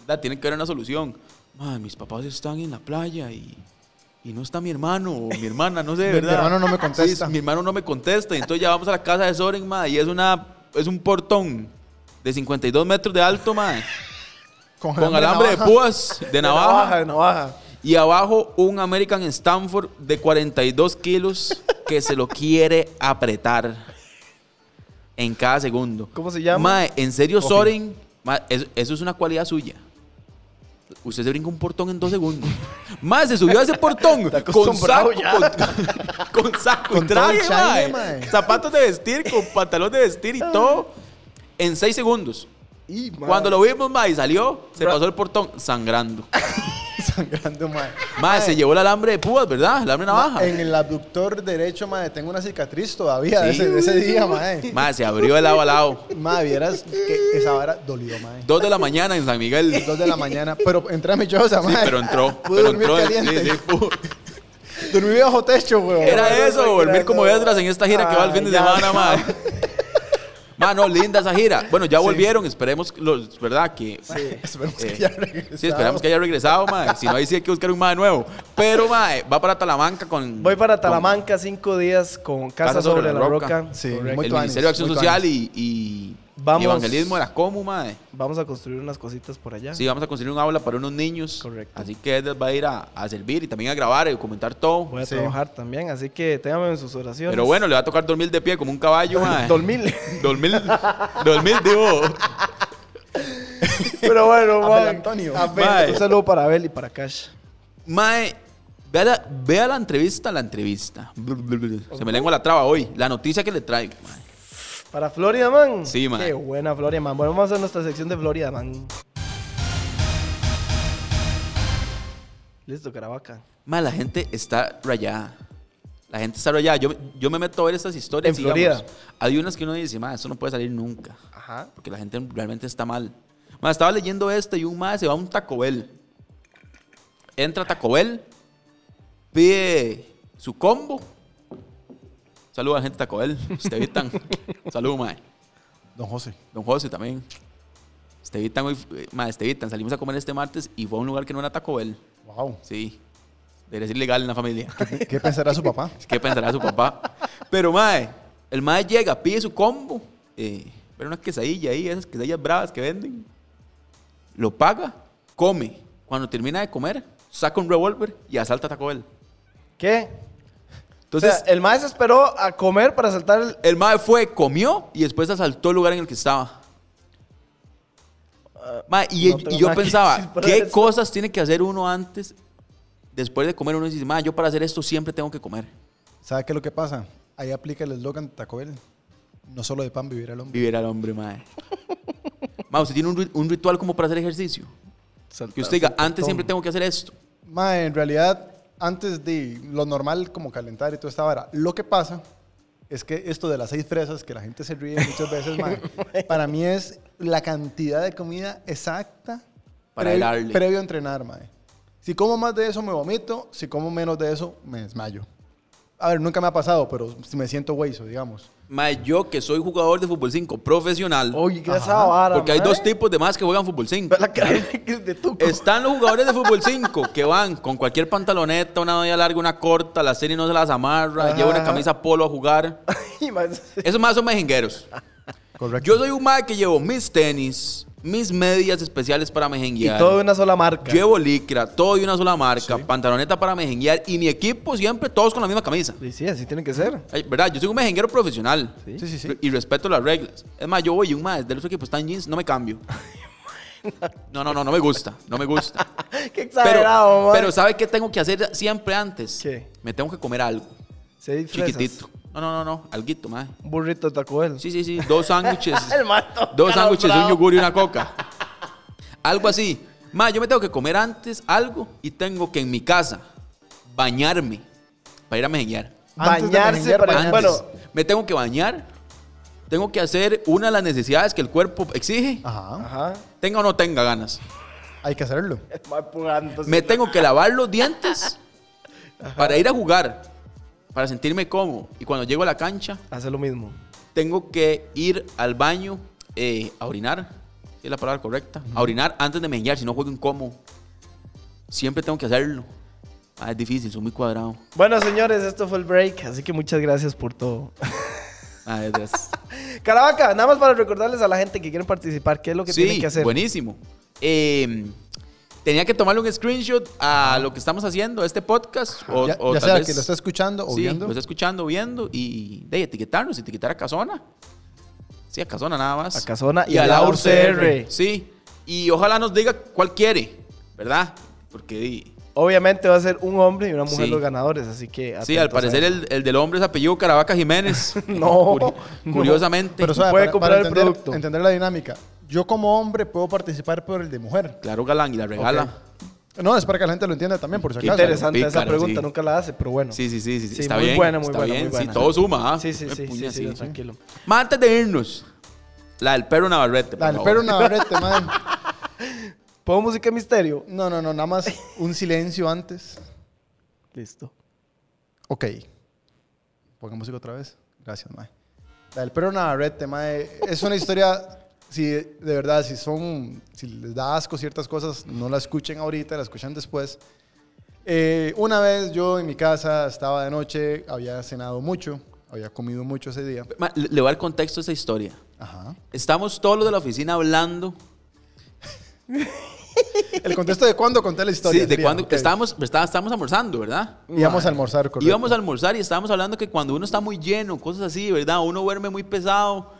[SPEAKER 2] ¿verdad? tiene que haber una solución. Mae, mis papás están en la playa y, y no está mi hermano o mi hermana, no sé,
[SPEAKER 3] Mi- mi
[SPEAKER 2] ¿verdad?
[SPEAKER 3] hermano no me
[SPEAKER 2] Sí,
[SPEAKER 3] contesta.
[SPEAKER 2] mi hermano no me contesta. Y entonces ya vamos a la casa de Soren, mae, y es, una, es un portón de 52 metros de alto, mae con alambre de
[SPEAKER 3] navaja.
[SPEAKER 2] púas de navaja
[SPEAKER 1] de navaja.
[SPEAKER 2] y abajo un American Stanford de 42 kilos que se lo quiere apretar en cada segundo.
[SPEAKER 1] ¿Cómo se llama?
[SPEAKER 2] Mae, en serio,
[SPEAKER 3] Coffee.
[SPEAKER 2] Soren, mae, eso, eso es una cualidad suya. Usted se brinca un portón en dos segundos. Mae, se subió a ese portón con
[SPEAKER 1] acostumbrado
[SPEAKER 2] saco,
[SPEAKER 1] ya.
[SPEAKER 2] con, con saco y
[SPEAKER 3] Con todo el
[SPEAKER 2] traje,
[SPEAKER 3] chaile,
[SPEAKER 2] mae.
[SPEAKER 3] mae.
[SPEAKER 2] Zapatos de vestir, con pantalón de vestir y todo en seis segundos.
[SPEAKER 3] Y, mae,
[SPEAKER 2] Cuando lo vimos, mae, y salió, se
[SPEAKER 1] Bra-
[SPEAKER 2] pasó el portón sangrando.
[SPEAKER 3] sangrando, mae.
[SPEAKER 2] Mae, se llevó el alambre de púas, ¿verdad? El alambre de navaja.
[SPEAKER 3] En el abductor derecho, mae, tengo una cicatriz todavía de,
[SPEAKER 2] Sí.
[SPEAKER 3] ese, de ese día, mae.
[SPEAKER 2] Mae, se abrió de lado a lado.
[SPEAKER 3] Mae, vieras que esa vara dolió, mae.
[SPEAKER 2] Dos de la mañana en San Miguel.
[SPEAKER 3] Dos de la mañana, pero entré a mi choza, mae.
[SPEAKER 2] Pero entró.
[SPEAKER 3] Pude
[SPEAKER 2] pero
[SPEAKER 3] dormir
[SPEAKER 2] entró.
[SPEAKER 3] caliente.
[SPEAKER 2] sí, sí, pudo.
[SPEAKER 3] Dormí bajo techo, weón.
[SPEAKER 2] Era eso, dormir como Edras en esta gira que va el
[SPEAKER 1] Ay,
[SPEAKER 2] fin de
[SPEAKER 3] Ah,
[SPEAKER 1] ya,
[SPEAKER 2] semana,
[SPEAKER 1] no.
[SPEAKER 2] mae. Mae, no, linda esa gira. Bueno, ya volvieron, esperemos, los, ¿verdad? Que.
[SPEAKER 3] Esperemos
[SPEAKER 2] Eh,
[SPEAKER 3] que ya regresado.
[SPEAKER 2] Sí, esperamos que haya regresado, mae. Si no, ahí sí hay que buscar un mae nuevo. Pero, mae, va para Talamanca con.
[SPEAKER 1] Voy para
[SPEAKER 2] con
[SPEAKER 1] Talamanca cinco días con Casa, sobre, la, Roca.
[SPEAKER 3] Sí,
[SPEAKER 1] Correcto.
[SPEAKER 3] muy
[SPEAKER 2] el
[SPEAKER 3] tuanis,
[SPEAKER 2] Ministerio de Acción
[SPEAKER 3] muy
[SPEAKER 2] Social
[SPEAKER 3] tuanis.
[SPEAKER 2] y, y- y
[SPEAKER 1] Vamos.
[SPEAKER 2] Evangelismo de la Comu, mae.
[SPEAKER 1] Vamos a construir unas cositas por allá.
[SPEAKER 2] Sí, vamos a conseguir un aula para unos niños.
[SPEAKER 1] Correcto.
[SPEAKER 2] Así que Edel va a ir a, a servir y también a grabar y documentar todo.
[SPEAKER 1] Voy a
[SPEAKER 3] Sí.
[SPEAKER 1] trabajar también, así que téngame en sus oraciones.
[SPEAKER 2] Pero bueno, le va a tocar dormir de pie como un caballo. mae.
[SPEAKER 1] dormir.
[SPEAKER 2] Dormir, dormir, digo.
[SPEAKER 1] Pero bueno,
[SPEAKER 3] Abel
[SPEAKER 1] mae.
[SPEAKER 3] Antonio.
[SPEAKER 1] Abel,
[SPEAKER 2] Mae.
[SPEAKER 1] Un saludo para Abel y para Cash.
[SPEAKER 2] Mae, vea la, vea la entrevista, la entrevista. Se me lengua la traba hoy. La noticia que le traigo, mae.
[SPEAKER 1] Para Florida Man.
[SPEAKER 2] Sí, mae.
[SPEAKER 1] Qué buena Florida Man. Bueno, vamos a nuestra sección de Florida Man. Listo, Caravaca.
[SPEAKER 2] Mae, la gente está rayada. La gente está rayada. Yo, yo me meto a ver estas
[SPEAKER 1] En
[SPEAKER 2] historias. digamos.
[SPEAKER 1] Florida.
[SPEAKER 2] Hay unas que uno dice, mae, eso no puede salir nunca.
[SPEAKER 1] Ajá.
[SPEAKER 2] Porque la gente realmente está mal. Mae, estaba leyendo este y un mae se va a un Taco Bell. Entra a Taco Bell, pide su combo. Saludos a la gente de Taco Bell. Estevitan. Saludos, mae.
[SPEAKER 3] Don José.
[SPEAKER 2] Don José también. Estevitan, hoy, eh, mae, Estevitan. Salimos a comer este martes y fue a un lugar que no era Taco Bell.
[SPEAKER 3] Wow.
[SPEAKER 2] Sí. Debería ser ilegal en la familia.
[SPEAKER 3] ¿Qué, qué pensará su papá?
[SPEAKER 2] ¿Qué pensará su papá? Pero, mae, el mae llega, pide su combo. Eh, pero una quesadilla ahí, esas quesadillas bravas que venden. Lo paga, come. Cuando termina de comer, saca un revólver y asalta a Taco Bell.
[SPEAKER 1] ¿Qué?
[SPEAKER 2] Entonces,
[SPEAKER 1] O sea, el maestro esperó a comer para saltar el.
[SPEAKER 2] el mae fue, comió y después asaltó el lugar en el que estaba. Mae,
[SPEAKER 1] Ah,
[SPEAKER 2] y,
[SPEAKER 1] no
[SPEAKER 2] y
[SPEAKER 1] tengo
[SPEAKER 2] yo
[SPEAKER 1] nada que
[SPEAKER 2] pensaba,
[SPEAKER 1] decir para
[SPEAKER 2] ¿qué
[SPEAKER 1] eso.
[SPEAKER 2] cosas tiene que hacer uno antes, después de comer? Uno dice, mae, yo para hacer esto siempre tengo que comer.
[SPEAKER 3] ¿Sabe qué es lo que pasa? Ahí aplica el eslogan de Taco Bell. No solo de pan vivir el hombre.
[SPEAKER 2] Vivir al hombre, mae. mae, usted tiene un, ri- un ritual como para hacer ejercicio. Que usted diga, antes siempre tengo que hacer esto.
[SPEAKER 3] Mae, en realidad, antes de lo normal como calentar y toda esta vara, lo que pasa es que esto de las seis fresas, que la gente se ríe muchas veces, mae, para mí es la cantidad de comida exacta
[SPEAKER 2] Para
[SPEAKER 3] previ-
[SPEAKER 2] el darle.
[SPEAKER 3] previo a entrenar, mae. Si como más de eso, me vomito. Si como menos de eso, me desmayo. A ver, nunca me ha pasado, pero me siento hueso, digamos.
[SPEAKER 2] Mae, yo que soy jugador de fútbol 5 profesional.
[SPEAKER 1] Oye, qué esa vara,
[SPEAKER 2] porque hay
[SPEAKER 1] mae.
[SPEAKER 2] dos tipos de más que juegan fútbol 5.
[SPEAKER 1] Ve la cara de tuco.
[SPEAKER 2] Están los jugadores de fútbol 5 que van con cualquier pantaloneta, una media larga, una corta, la serie no se las amarra,
[SPEAKER 1] Ajá,
[SPEAKER 2] lleva una
[SPEAKER 1] ajá.
[SPEAKER 2] camisa polo a jugar.
[SPEAKER 1] Ay, mae, sí.
[SPEAKER 2] Esos más son mejengueros.
[SPEAKER 3] Correcto.
[SPEAKER 2] Yo soy un mae que llevo mis tenis, mis medias especiales para
[SPEAKER 1] Y
[SPEAKER 2] mejenguear.
[SPEAKER 1] todo de una sola marca.
[SPEAKER 2] Llevo licra, todo de una sola marca, pantaloneta para mejenguear y mi equipo siempre todos con la misma camisa.
[SPEAKER 1] Y sí, así tiene que ser.
[SPEAKER 2] Ay, ¿Verdad? Yo soy un mejenguero profesional.
[SPEAKER 1] Sí.
[SPEAKER 3] Sí, sí, sí.
[SPEAKER 2] Re- Y respeto las reglas. Es más, yo voy y un más del otro equipo está en jeans, no me cambio. No, no, no, no me gusta. No me gusta.
[SPEAKER 1] Qué
[SPEAKER 2] Pero,
[SPEAKER 1] exagerado, mae.
[SPEAKER 2] pero ¿sabe qué tengo que hacer siempre antes?
[SPEAKER 1] ¿Qué?
[SPEAKER 2] Me tengo que comer algo.
[SPEAKER 1] Seis fresas.
[SPEAKER 2] Chiquitito. No, no, no, no. Alguito, mae.
[SPEAKER 1] Un burrito de Taco Bell.
[SPEAKER 2] Sí, sí, sí. Dos sándwiches.
[SPEAKER 1] El mato.
[SPEAKER 2] dos sándwiches, un yogur y una coca. Algo así. Mae, yo me tengo que comer antes algo y tengo que en mi casa bañarme para ir a mejenguear.
[SPEAKER 3] Antes de
[SPEAKER 1] Bañarse
[SPEAKER 3] merenguear,
[SPEAKER 1] para.
[SPEAKER 3] bañarse.
[SPEAKER 1] Bueno,
[SPEAKER 2] Antes, me tengo que bañar. Tengo que hacer una de las necesidades que el cuerpo exige.
[SPEAKER 3] Ajá.
[SPEAKER 1] ajá.
[SPEAKER 2] Tenga o no tenga ganas.
[SPEAKER 3] Hay que hacerlo.
[SPEAKER 1] Mae pugando.
[SPEAKER 2] Me tengo que lavar los dientes para ir a jugar, para sentirme cómodo. Y cuando llego a la cancha,
[SPEAKER 1] Hace lo mismo.
[SPEAKER 2] tengo que ir al baño eh, a orinar. si es la palabra correcta. A orinar antes de mejenguear, si no juego incómodo. Siempre tengo que hacerlo. Ah, es difícil, soy muy cuadrado.
[SPEAKER 1] Bueno, señores, esto fue el break, así que muchas gracias por todo.
[SPEAKER 2] Ah, es- es-
[SPEAKER 1] Caravaca, nada más para recordarles a la gente que quieren participar, ¿qué es lo que tienen
[SPEAKER 2] sí,
[SPEAKER 1] que hacer?
[SPEAKER 2] buenísimo. Eh, tenía que tomarle un screenshot a lo que estamos haciendo, a este podcast. O,
[SPEAKER 3] ya
[SPEAKER 2] o
[SPEAKER 3] ya
[SPEAKER 2] tal
[SPEAKER 3] sea
[SPEAKER 2] vez-
[SPEAKER 3] que lo está escuchando o
[SPEAKER 2] sí,
[SPEAKER 3] viendo.
[SPEAKER 2] lo está escuchando, viendo y de etiquetarnos, etiquetar a Casona. Sí, a Casona nada más.
[SPEAKER 1] A Casona y
[SPEAKER 2] a
[SPEAKER 1] a la UCR.
[SPEAKER 2] Sí, y ojalá nos diga cuál quiere, ¿verdad? Porque di-
[SPEAKER 1] Obviamente va a ser un hombre y una mujer
[SPEAKER 2] Sí.
[SPEAKER 1] los ganadores, así que.
[SPEAKER 2] sí,
[SPEAKER 1] atentos
[SPEAKER 2] al
[SPEAKER 1] a
[SPEAKER 2] parecer
[SPEAKER 1] eso.
[SPEAKER 2] el, el del hombre es apellido Caravaca Jiménez.
[SPEAKER 1] No,
[SPEAKER 2] Curi-
[SPEAKER 1] no.
[SPEAKER 2] Curiosamente.
[SPEAKER 3] Pero sabe,
[SPEAKER 1] puede
[SPEAKER 3] para,
[SPEAKER 1] comprar
[SPEAKER 3] para
[SPEAKER 1] el
[SPEAKER 3] entender,
[SPEAKER 1] producto.
[SPEAKER 3] entender la dinámica. Yo como hombre puedo participar por el de mujer.
[SPEAKER 2] Claro, Galán, y la regala.
[SPEAKER 3] No, es para que la gente lo entienda también, por si
[SPEAKER 1] Qué
[SPEAKER 3] acaso.
[SPEAKER 1] interesante
[SPEAKER 2] Pícaro,
[SPEAKER 1] esa pregunta,
[SPEAKER 2] sí.
[SPEAKER 1] nunca la hace, pero bueno.
[SPEAKER 2] Sí, sí, sí, sí, sí,
[SPEAKER 1] Sí,
[SPEAKER 2] está
[SPEAKER 1] muy
[SPEAKER 2] bien.
[SPEAKER 1] buena, muy
[SPEAKER 2] está
[SPEAKER 1] buena,
[SPEAKER 2] bien,
[SPEAKER 1] muy buena.
[SPEAKER 2] Sí, todo suma, ¿ah?
[SPEAKER 1] Sí, sí, sí,
[SPEAKER 2] Eh,
[SPEAKER 1] sí,
[SPEAKER 2] puña,
[SPEAKER 1] sí,
[SPEAKER 2] sí.
[SPEAKER 1] tranquilo.
[SPEAKER 2] Ma, antes de irnos, la del perro Navarrete. por
[SPEAKER 3] La del
[SPEAKER 2] favor.
[SPEAKER 3] perro Navarrete, man.
[SPEAKER 1] ¿Puedo música de misterio?
[SPEAKER 3] No, no, no, nada más un silencio antes.
[SPEAKER 1] Listo.
[SPEAKER 3] Ok. Ponga música otra vez. Gracias, mae. La del perro Navarrete, mae. Es una historia, si de verdad, si son, si les da asco ciertas cosas, no la escuchen ahorita, la escuchan después. Eh, una vez yo en mi casa estaba de noche, había cenado mucho, había comido mucho ese día.
[SPEAKER 2] Ma, le, le voy a dar contexto a esa historia.
[SPEAKER 3] Ajá.
[SPEAKER 2] Estamos todos los de la oficina hablando.
[SPEAKER 3] El contexto de cuándo conté la historia.
[SPEAKER 2] Sí, de
[SPEAKER 3] sería,
[SPEAKER 2] cuando
[SPEAKER 3] ok.
[SPEAKER 2] estábamos, está- estábamos almorzando, ¿verdad?
[SPEAKER 3] Íbamos a almorzar, correcto.
[SPEAKER 2] Íbamos a almorzar y estábamos hablando que cuando uno está muy lleno, cosas así, ¿verdad? Uno duerme muy pesado.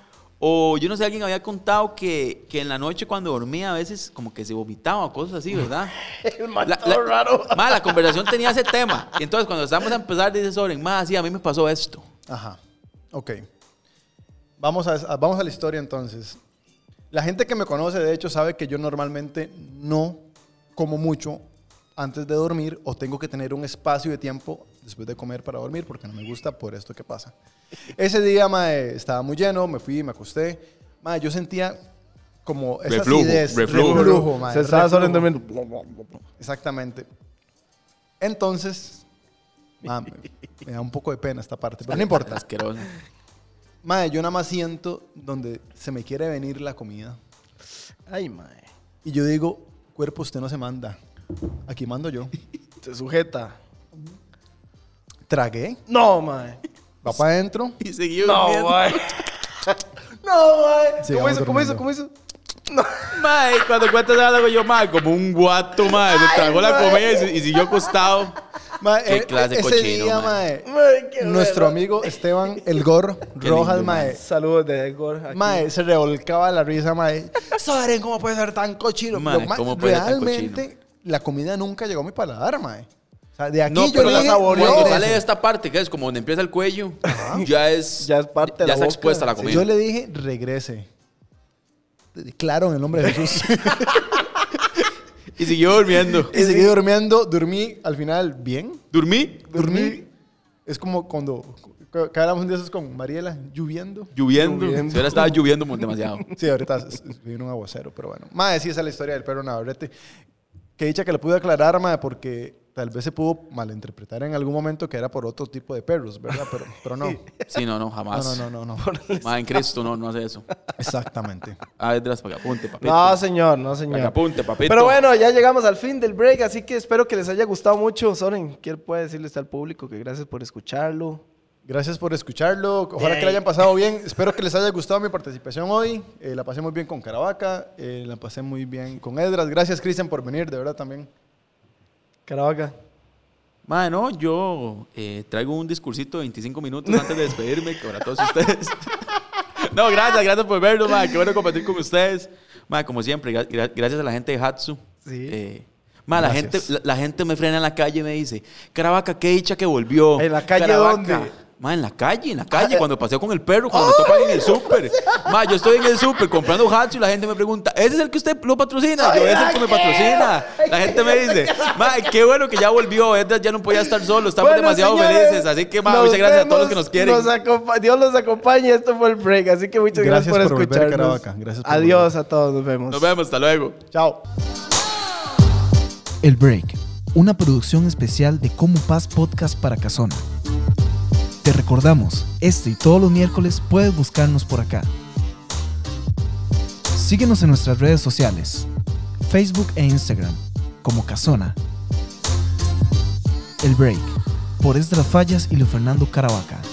[SPEAKER 2] O yo no sé, alguien había contado que, que en la noche cuando dormía a veces como que se vomitaba, cosas así, ¿verdad?
[SPEAKER 1] El
[SPEAKER 2] La,
[SPEAKER 1] matador
[SPEAKER 2] la-
[SPEAKER 1] raro.
[SPEAKER 2] Ma, la conversación tenía ese tema. Y entonces cuando estábamos a empezar, dice Soren, más sí, a mí me pasó esto.
[SPEAKER 3] Ajá. Ok. Vamos a, a- vamos a la historia entonces. La gente que me conoce, de hecho, sabe que yo normalmente no como mucho antes de dormir o tengo que tener un espacio de tiempo después de comer para dormir porque no me gusta por esto que pasa. Ese día, mae, estaba muy lleno, me fui, me acosté. Mae, yo sentía como esa
[SPEAKER 2] Reflujo,
[SPEAKER 3] acidez,
[SPEAKER 2] reflujo.
[SPEAKER 3] mae,
[SPEAKER 1] Se estaba solo en
[SPEAKER 3] reflujo.
[SPEAKER 1] dormir.
[SPEAKER 3] Exactamente. Entonces, mae, me- me da un poco de pena esta parte, pero no importa.
[SPEAKER 2] Asqueroso.
[SPEAKER 3] Madre, yo nada más siento donde se me quiere venir la comida.
[SPEAKER 1] Ay, mae.
[SPEAKER 3] Y yo digo, cuerpo, usted no se manda. Aquí mando yo.
[SPEAKER 1] Se sujeta.
[SPEAKER 3] Tragué,
[SPEAKER 1] No, mae.
[SPEAKER 3] va para adentro.
[SPEAKER 2] Y seguí
[SPEAKER 1] No,
[SPEAKER 2] durmiendo.
[SPEAKER 1] mae. No, mae. ¿Cómo
[SPEAKER 3] Sigamos
[SPEAKER 1] hizo? ¿Cómo hizo?
[SPEAKER 3] durmiendo.
[SPEAKER 1] ¿Cómo hizo?
[SPEAKER 2] Mae, cuando cuentas algo yo, mae, como un guato, mae, se tragó la
[SPEAKER 1] mae.
[SPEAKER 2] comida y, si- y siguió acostado.
[SPEAKER 3] Mae,
[SPEAKER 2] Qué
[SPEAKER 3] eh,
[SPEAKER 2] clase
[SPEAKER 3] ese
[SPEAKER 2] cochino,
[SPEAKER 3] día,
[SPEAKER 2] mae.
[SPEAKER 3] mae,
[SPEAKER 1] Mae, qué
[SPEAKER 3] nuestro
[SPEAKER 1] bueno.
[SPEAKER 3] amigo Esteban El Gor
[SPEAKER 2] Qué lindo,
[SPEAKER 3] Rojas, mae,
[SPEAKER 1] Saludos de Edgar. aquí.
[SPEAKER 3] mae, se revolcaba la risa, mae. Soren, ¿cómo puede ser tan cochino?
[SPEAKER 2] Mae,
[SPEAKER 3] Lo ma-
[SPEAKER 2] ¿cómo puede ser tan
[SPEAKER 3] realmente, la comida nunca llegó a mi paladar, mae. O sea, de aquí
[SPEAKER 2] No,
[SPEAKER 3] yo
[SPEAKER 2] pero
[SPEAKER 3] dije,
[SPEAKER 2] la
[SPEAKER 3] "No,
[SPEAKER 2] cuando sale
[SPEAKER 3] eso".
[SPEAKER 2] de esta parte, que es como donde empieza el cuello, ya es.
[SPEAKER 1] Ya es parte de
[SPEAKER 2] ya
[SPEAKER 1] la
[SPEAKER 2] está
[SPEAKER 1] boca.
[SPEAKER 2] expuesta la
[SPEAKER 1] Sí,
[SPEAKER 2] comida.
[SPEAKER 3] Yo le dije, regrese. Claro, en el nombre de Jesús.
[SPEAKER 2] Y siguió durmiendo.
[SPEAKER 3] Y seguí durmiendo, dormí al final bien.
[SPEAKER 2] Dormí,
[SPEAKER 3] Dormí. Es como cuando cada hablamos de esos con Mariela, lloviendo.
[SPEAKER 2] lloviendo.
[SPEAKER 1] Lloviendo.
[SPEAKER 2] Si ahora estaba lloviendo mu- demasiado.
[SPEAKER 3] Sí, ahorita s- s- vino un aguacero, pero bueno. Madre, sí, esa es la historia del perro Navarrete. Que dicha que le pude aclarar, mae, porque tal vez se pudo malinterpretar en algún momento que era por otro tipo de perros, ¿verdad? Pero, pero no.
[SPEAKER 2] Sí, no, no,
[SPEAKER 3] No,
[SPEAKER 2] jamás.
[SPEAKER 3] no, no, no, no.
[SPEAKER 2] Madre en Cristo, no, no hace eso. Ah,
[SPEAKER 3] Exactamente.
[SPEAKER 2] A ver, tras para acá, apunte, papito.
[SPEAKER 1] No, señor, no, señor.
[SPEAKER 2] Para que apunte, papito.
[SPEAKER 1] Pero bueno, ya llegamos al fin del break, así que espero que les haya gustado mucho. Soren, ¿qué puede decirles al público? Que gracias por escucharlo.
[SPEAKER 3] Gracias por escucharlo. Ojalá que lo hayan pasado bien. Espero que les haya gustado mi participación hoy. Eh, la pasé muy bien con Caravaca. eh, la pasé muy bien con Edras. Gracias, Cristian, por venir, de verdad también.
[SPEAKER 1] Caravaca.
[SPEAKER 2] Madre, no, yo eh, traigo un discursito de 25 minutos antes de despedirme que para todos ustedes. no, gracias, gracias por vernos, madre. Qué bueno compartir con ustedes. Madre, como siempre, gra- gra- gracias a la gente de Hatsu.
[SPEAKER 1] Sí.
[SPEAKER 2] Eh, madre, la gente,
[SPEAKER 3] Gracias.
[SPEAKER 2] la, la gente me frena en la calle y me dice, Caravaca, qué dicha que volvió.
[SPEAKER 1] ¿En la calle
[SPEAKER 2] Caravaca".
[SPEAKER 1] dónde? Ah, eh.
[SPEAKER 2] Madre, en la calle, en la calle, cuando paseo con el perro, cuando me tocan en el súper. Madre, yo estoy en el súper comprando Hatsu y la gente me pregunta, ¿ese es el que usted lo patrocina?
[SPEAKER 1] Ay,
[SPEAKER 2] Yo, ese es el que me
[SPEAKER 1] ay, qué-
[SPEAKER 2] patrocina. La gente me dice, "Mae, qué bueno que ya volvió, Edras ya no podía estar solo, estamos
[SPEAKER 1] Bueno,
[SPEAKER 2] demasiado
[SPEAKER 1] señores,
[SPEAKER 2] felices, así que mae,
[SPEAKER 1] nos
[SPEAKER 2] muchas gracias a todos los que
[SPEAKER 1] vemos.
[SPEAKER 2] nos quieren.
[SPEAKER 1] acompa- Dios los acompañe, esto fue el break, así que muchas gracias,
[SPEAKER 3] Gracias por
[SPEAKER 1] por
[SPEAKER 3] volver,
[SPEAKER 1] escucharnos.
[SPEAKER 3] Caravaca, gracias por
[SPEAKER 1] Adiós
[SPEAKER 3] volver.
[SPEAKER 1] a todos, nos vemos.
[SPEAKER 2] Nos vemos, hasta luego.
[SPEAKER 3] Chao.
[SPEAKER 4] El Break, una producción especial de Como Paz Podcast para Casona. Te recordamos, este y todos los miércoles puedes buscarnos por acá. Síguenos en nuestras redes sociales, Facebook e Instagram, como Casona. El Break, por Esdras Fallas y Luis Fernando Caravaca.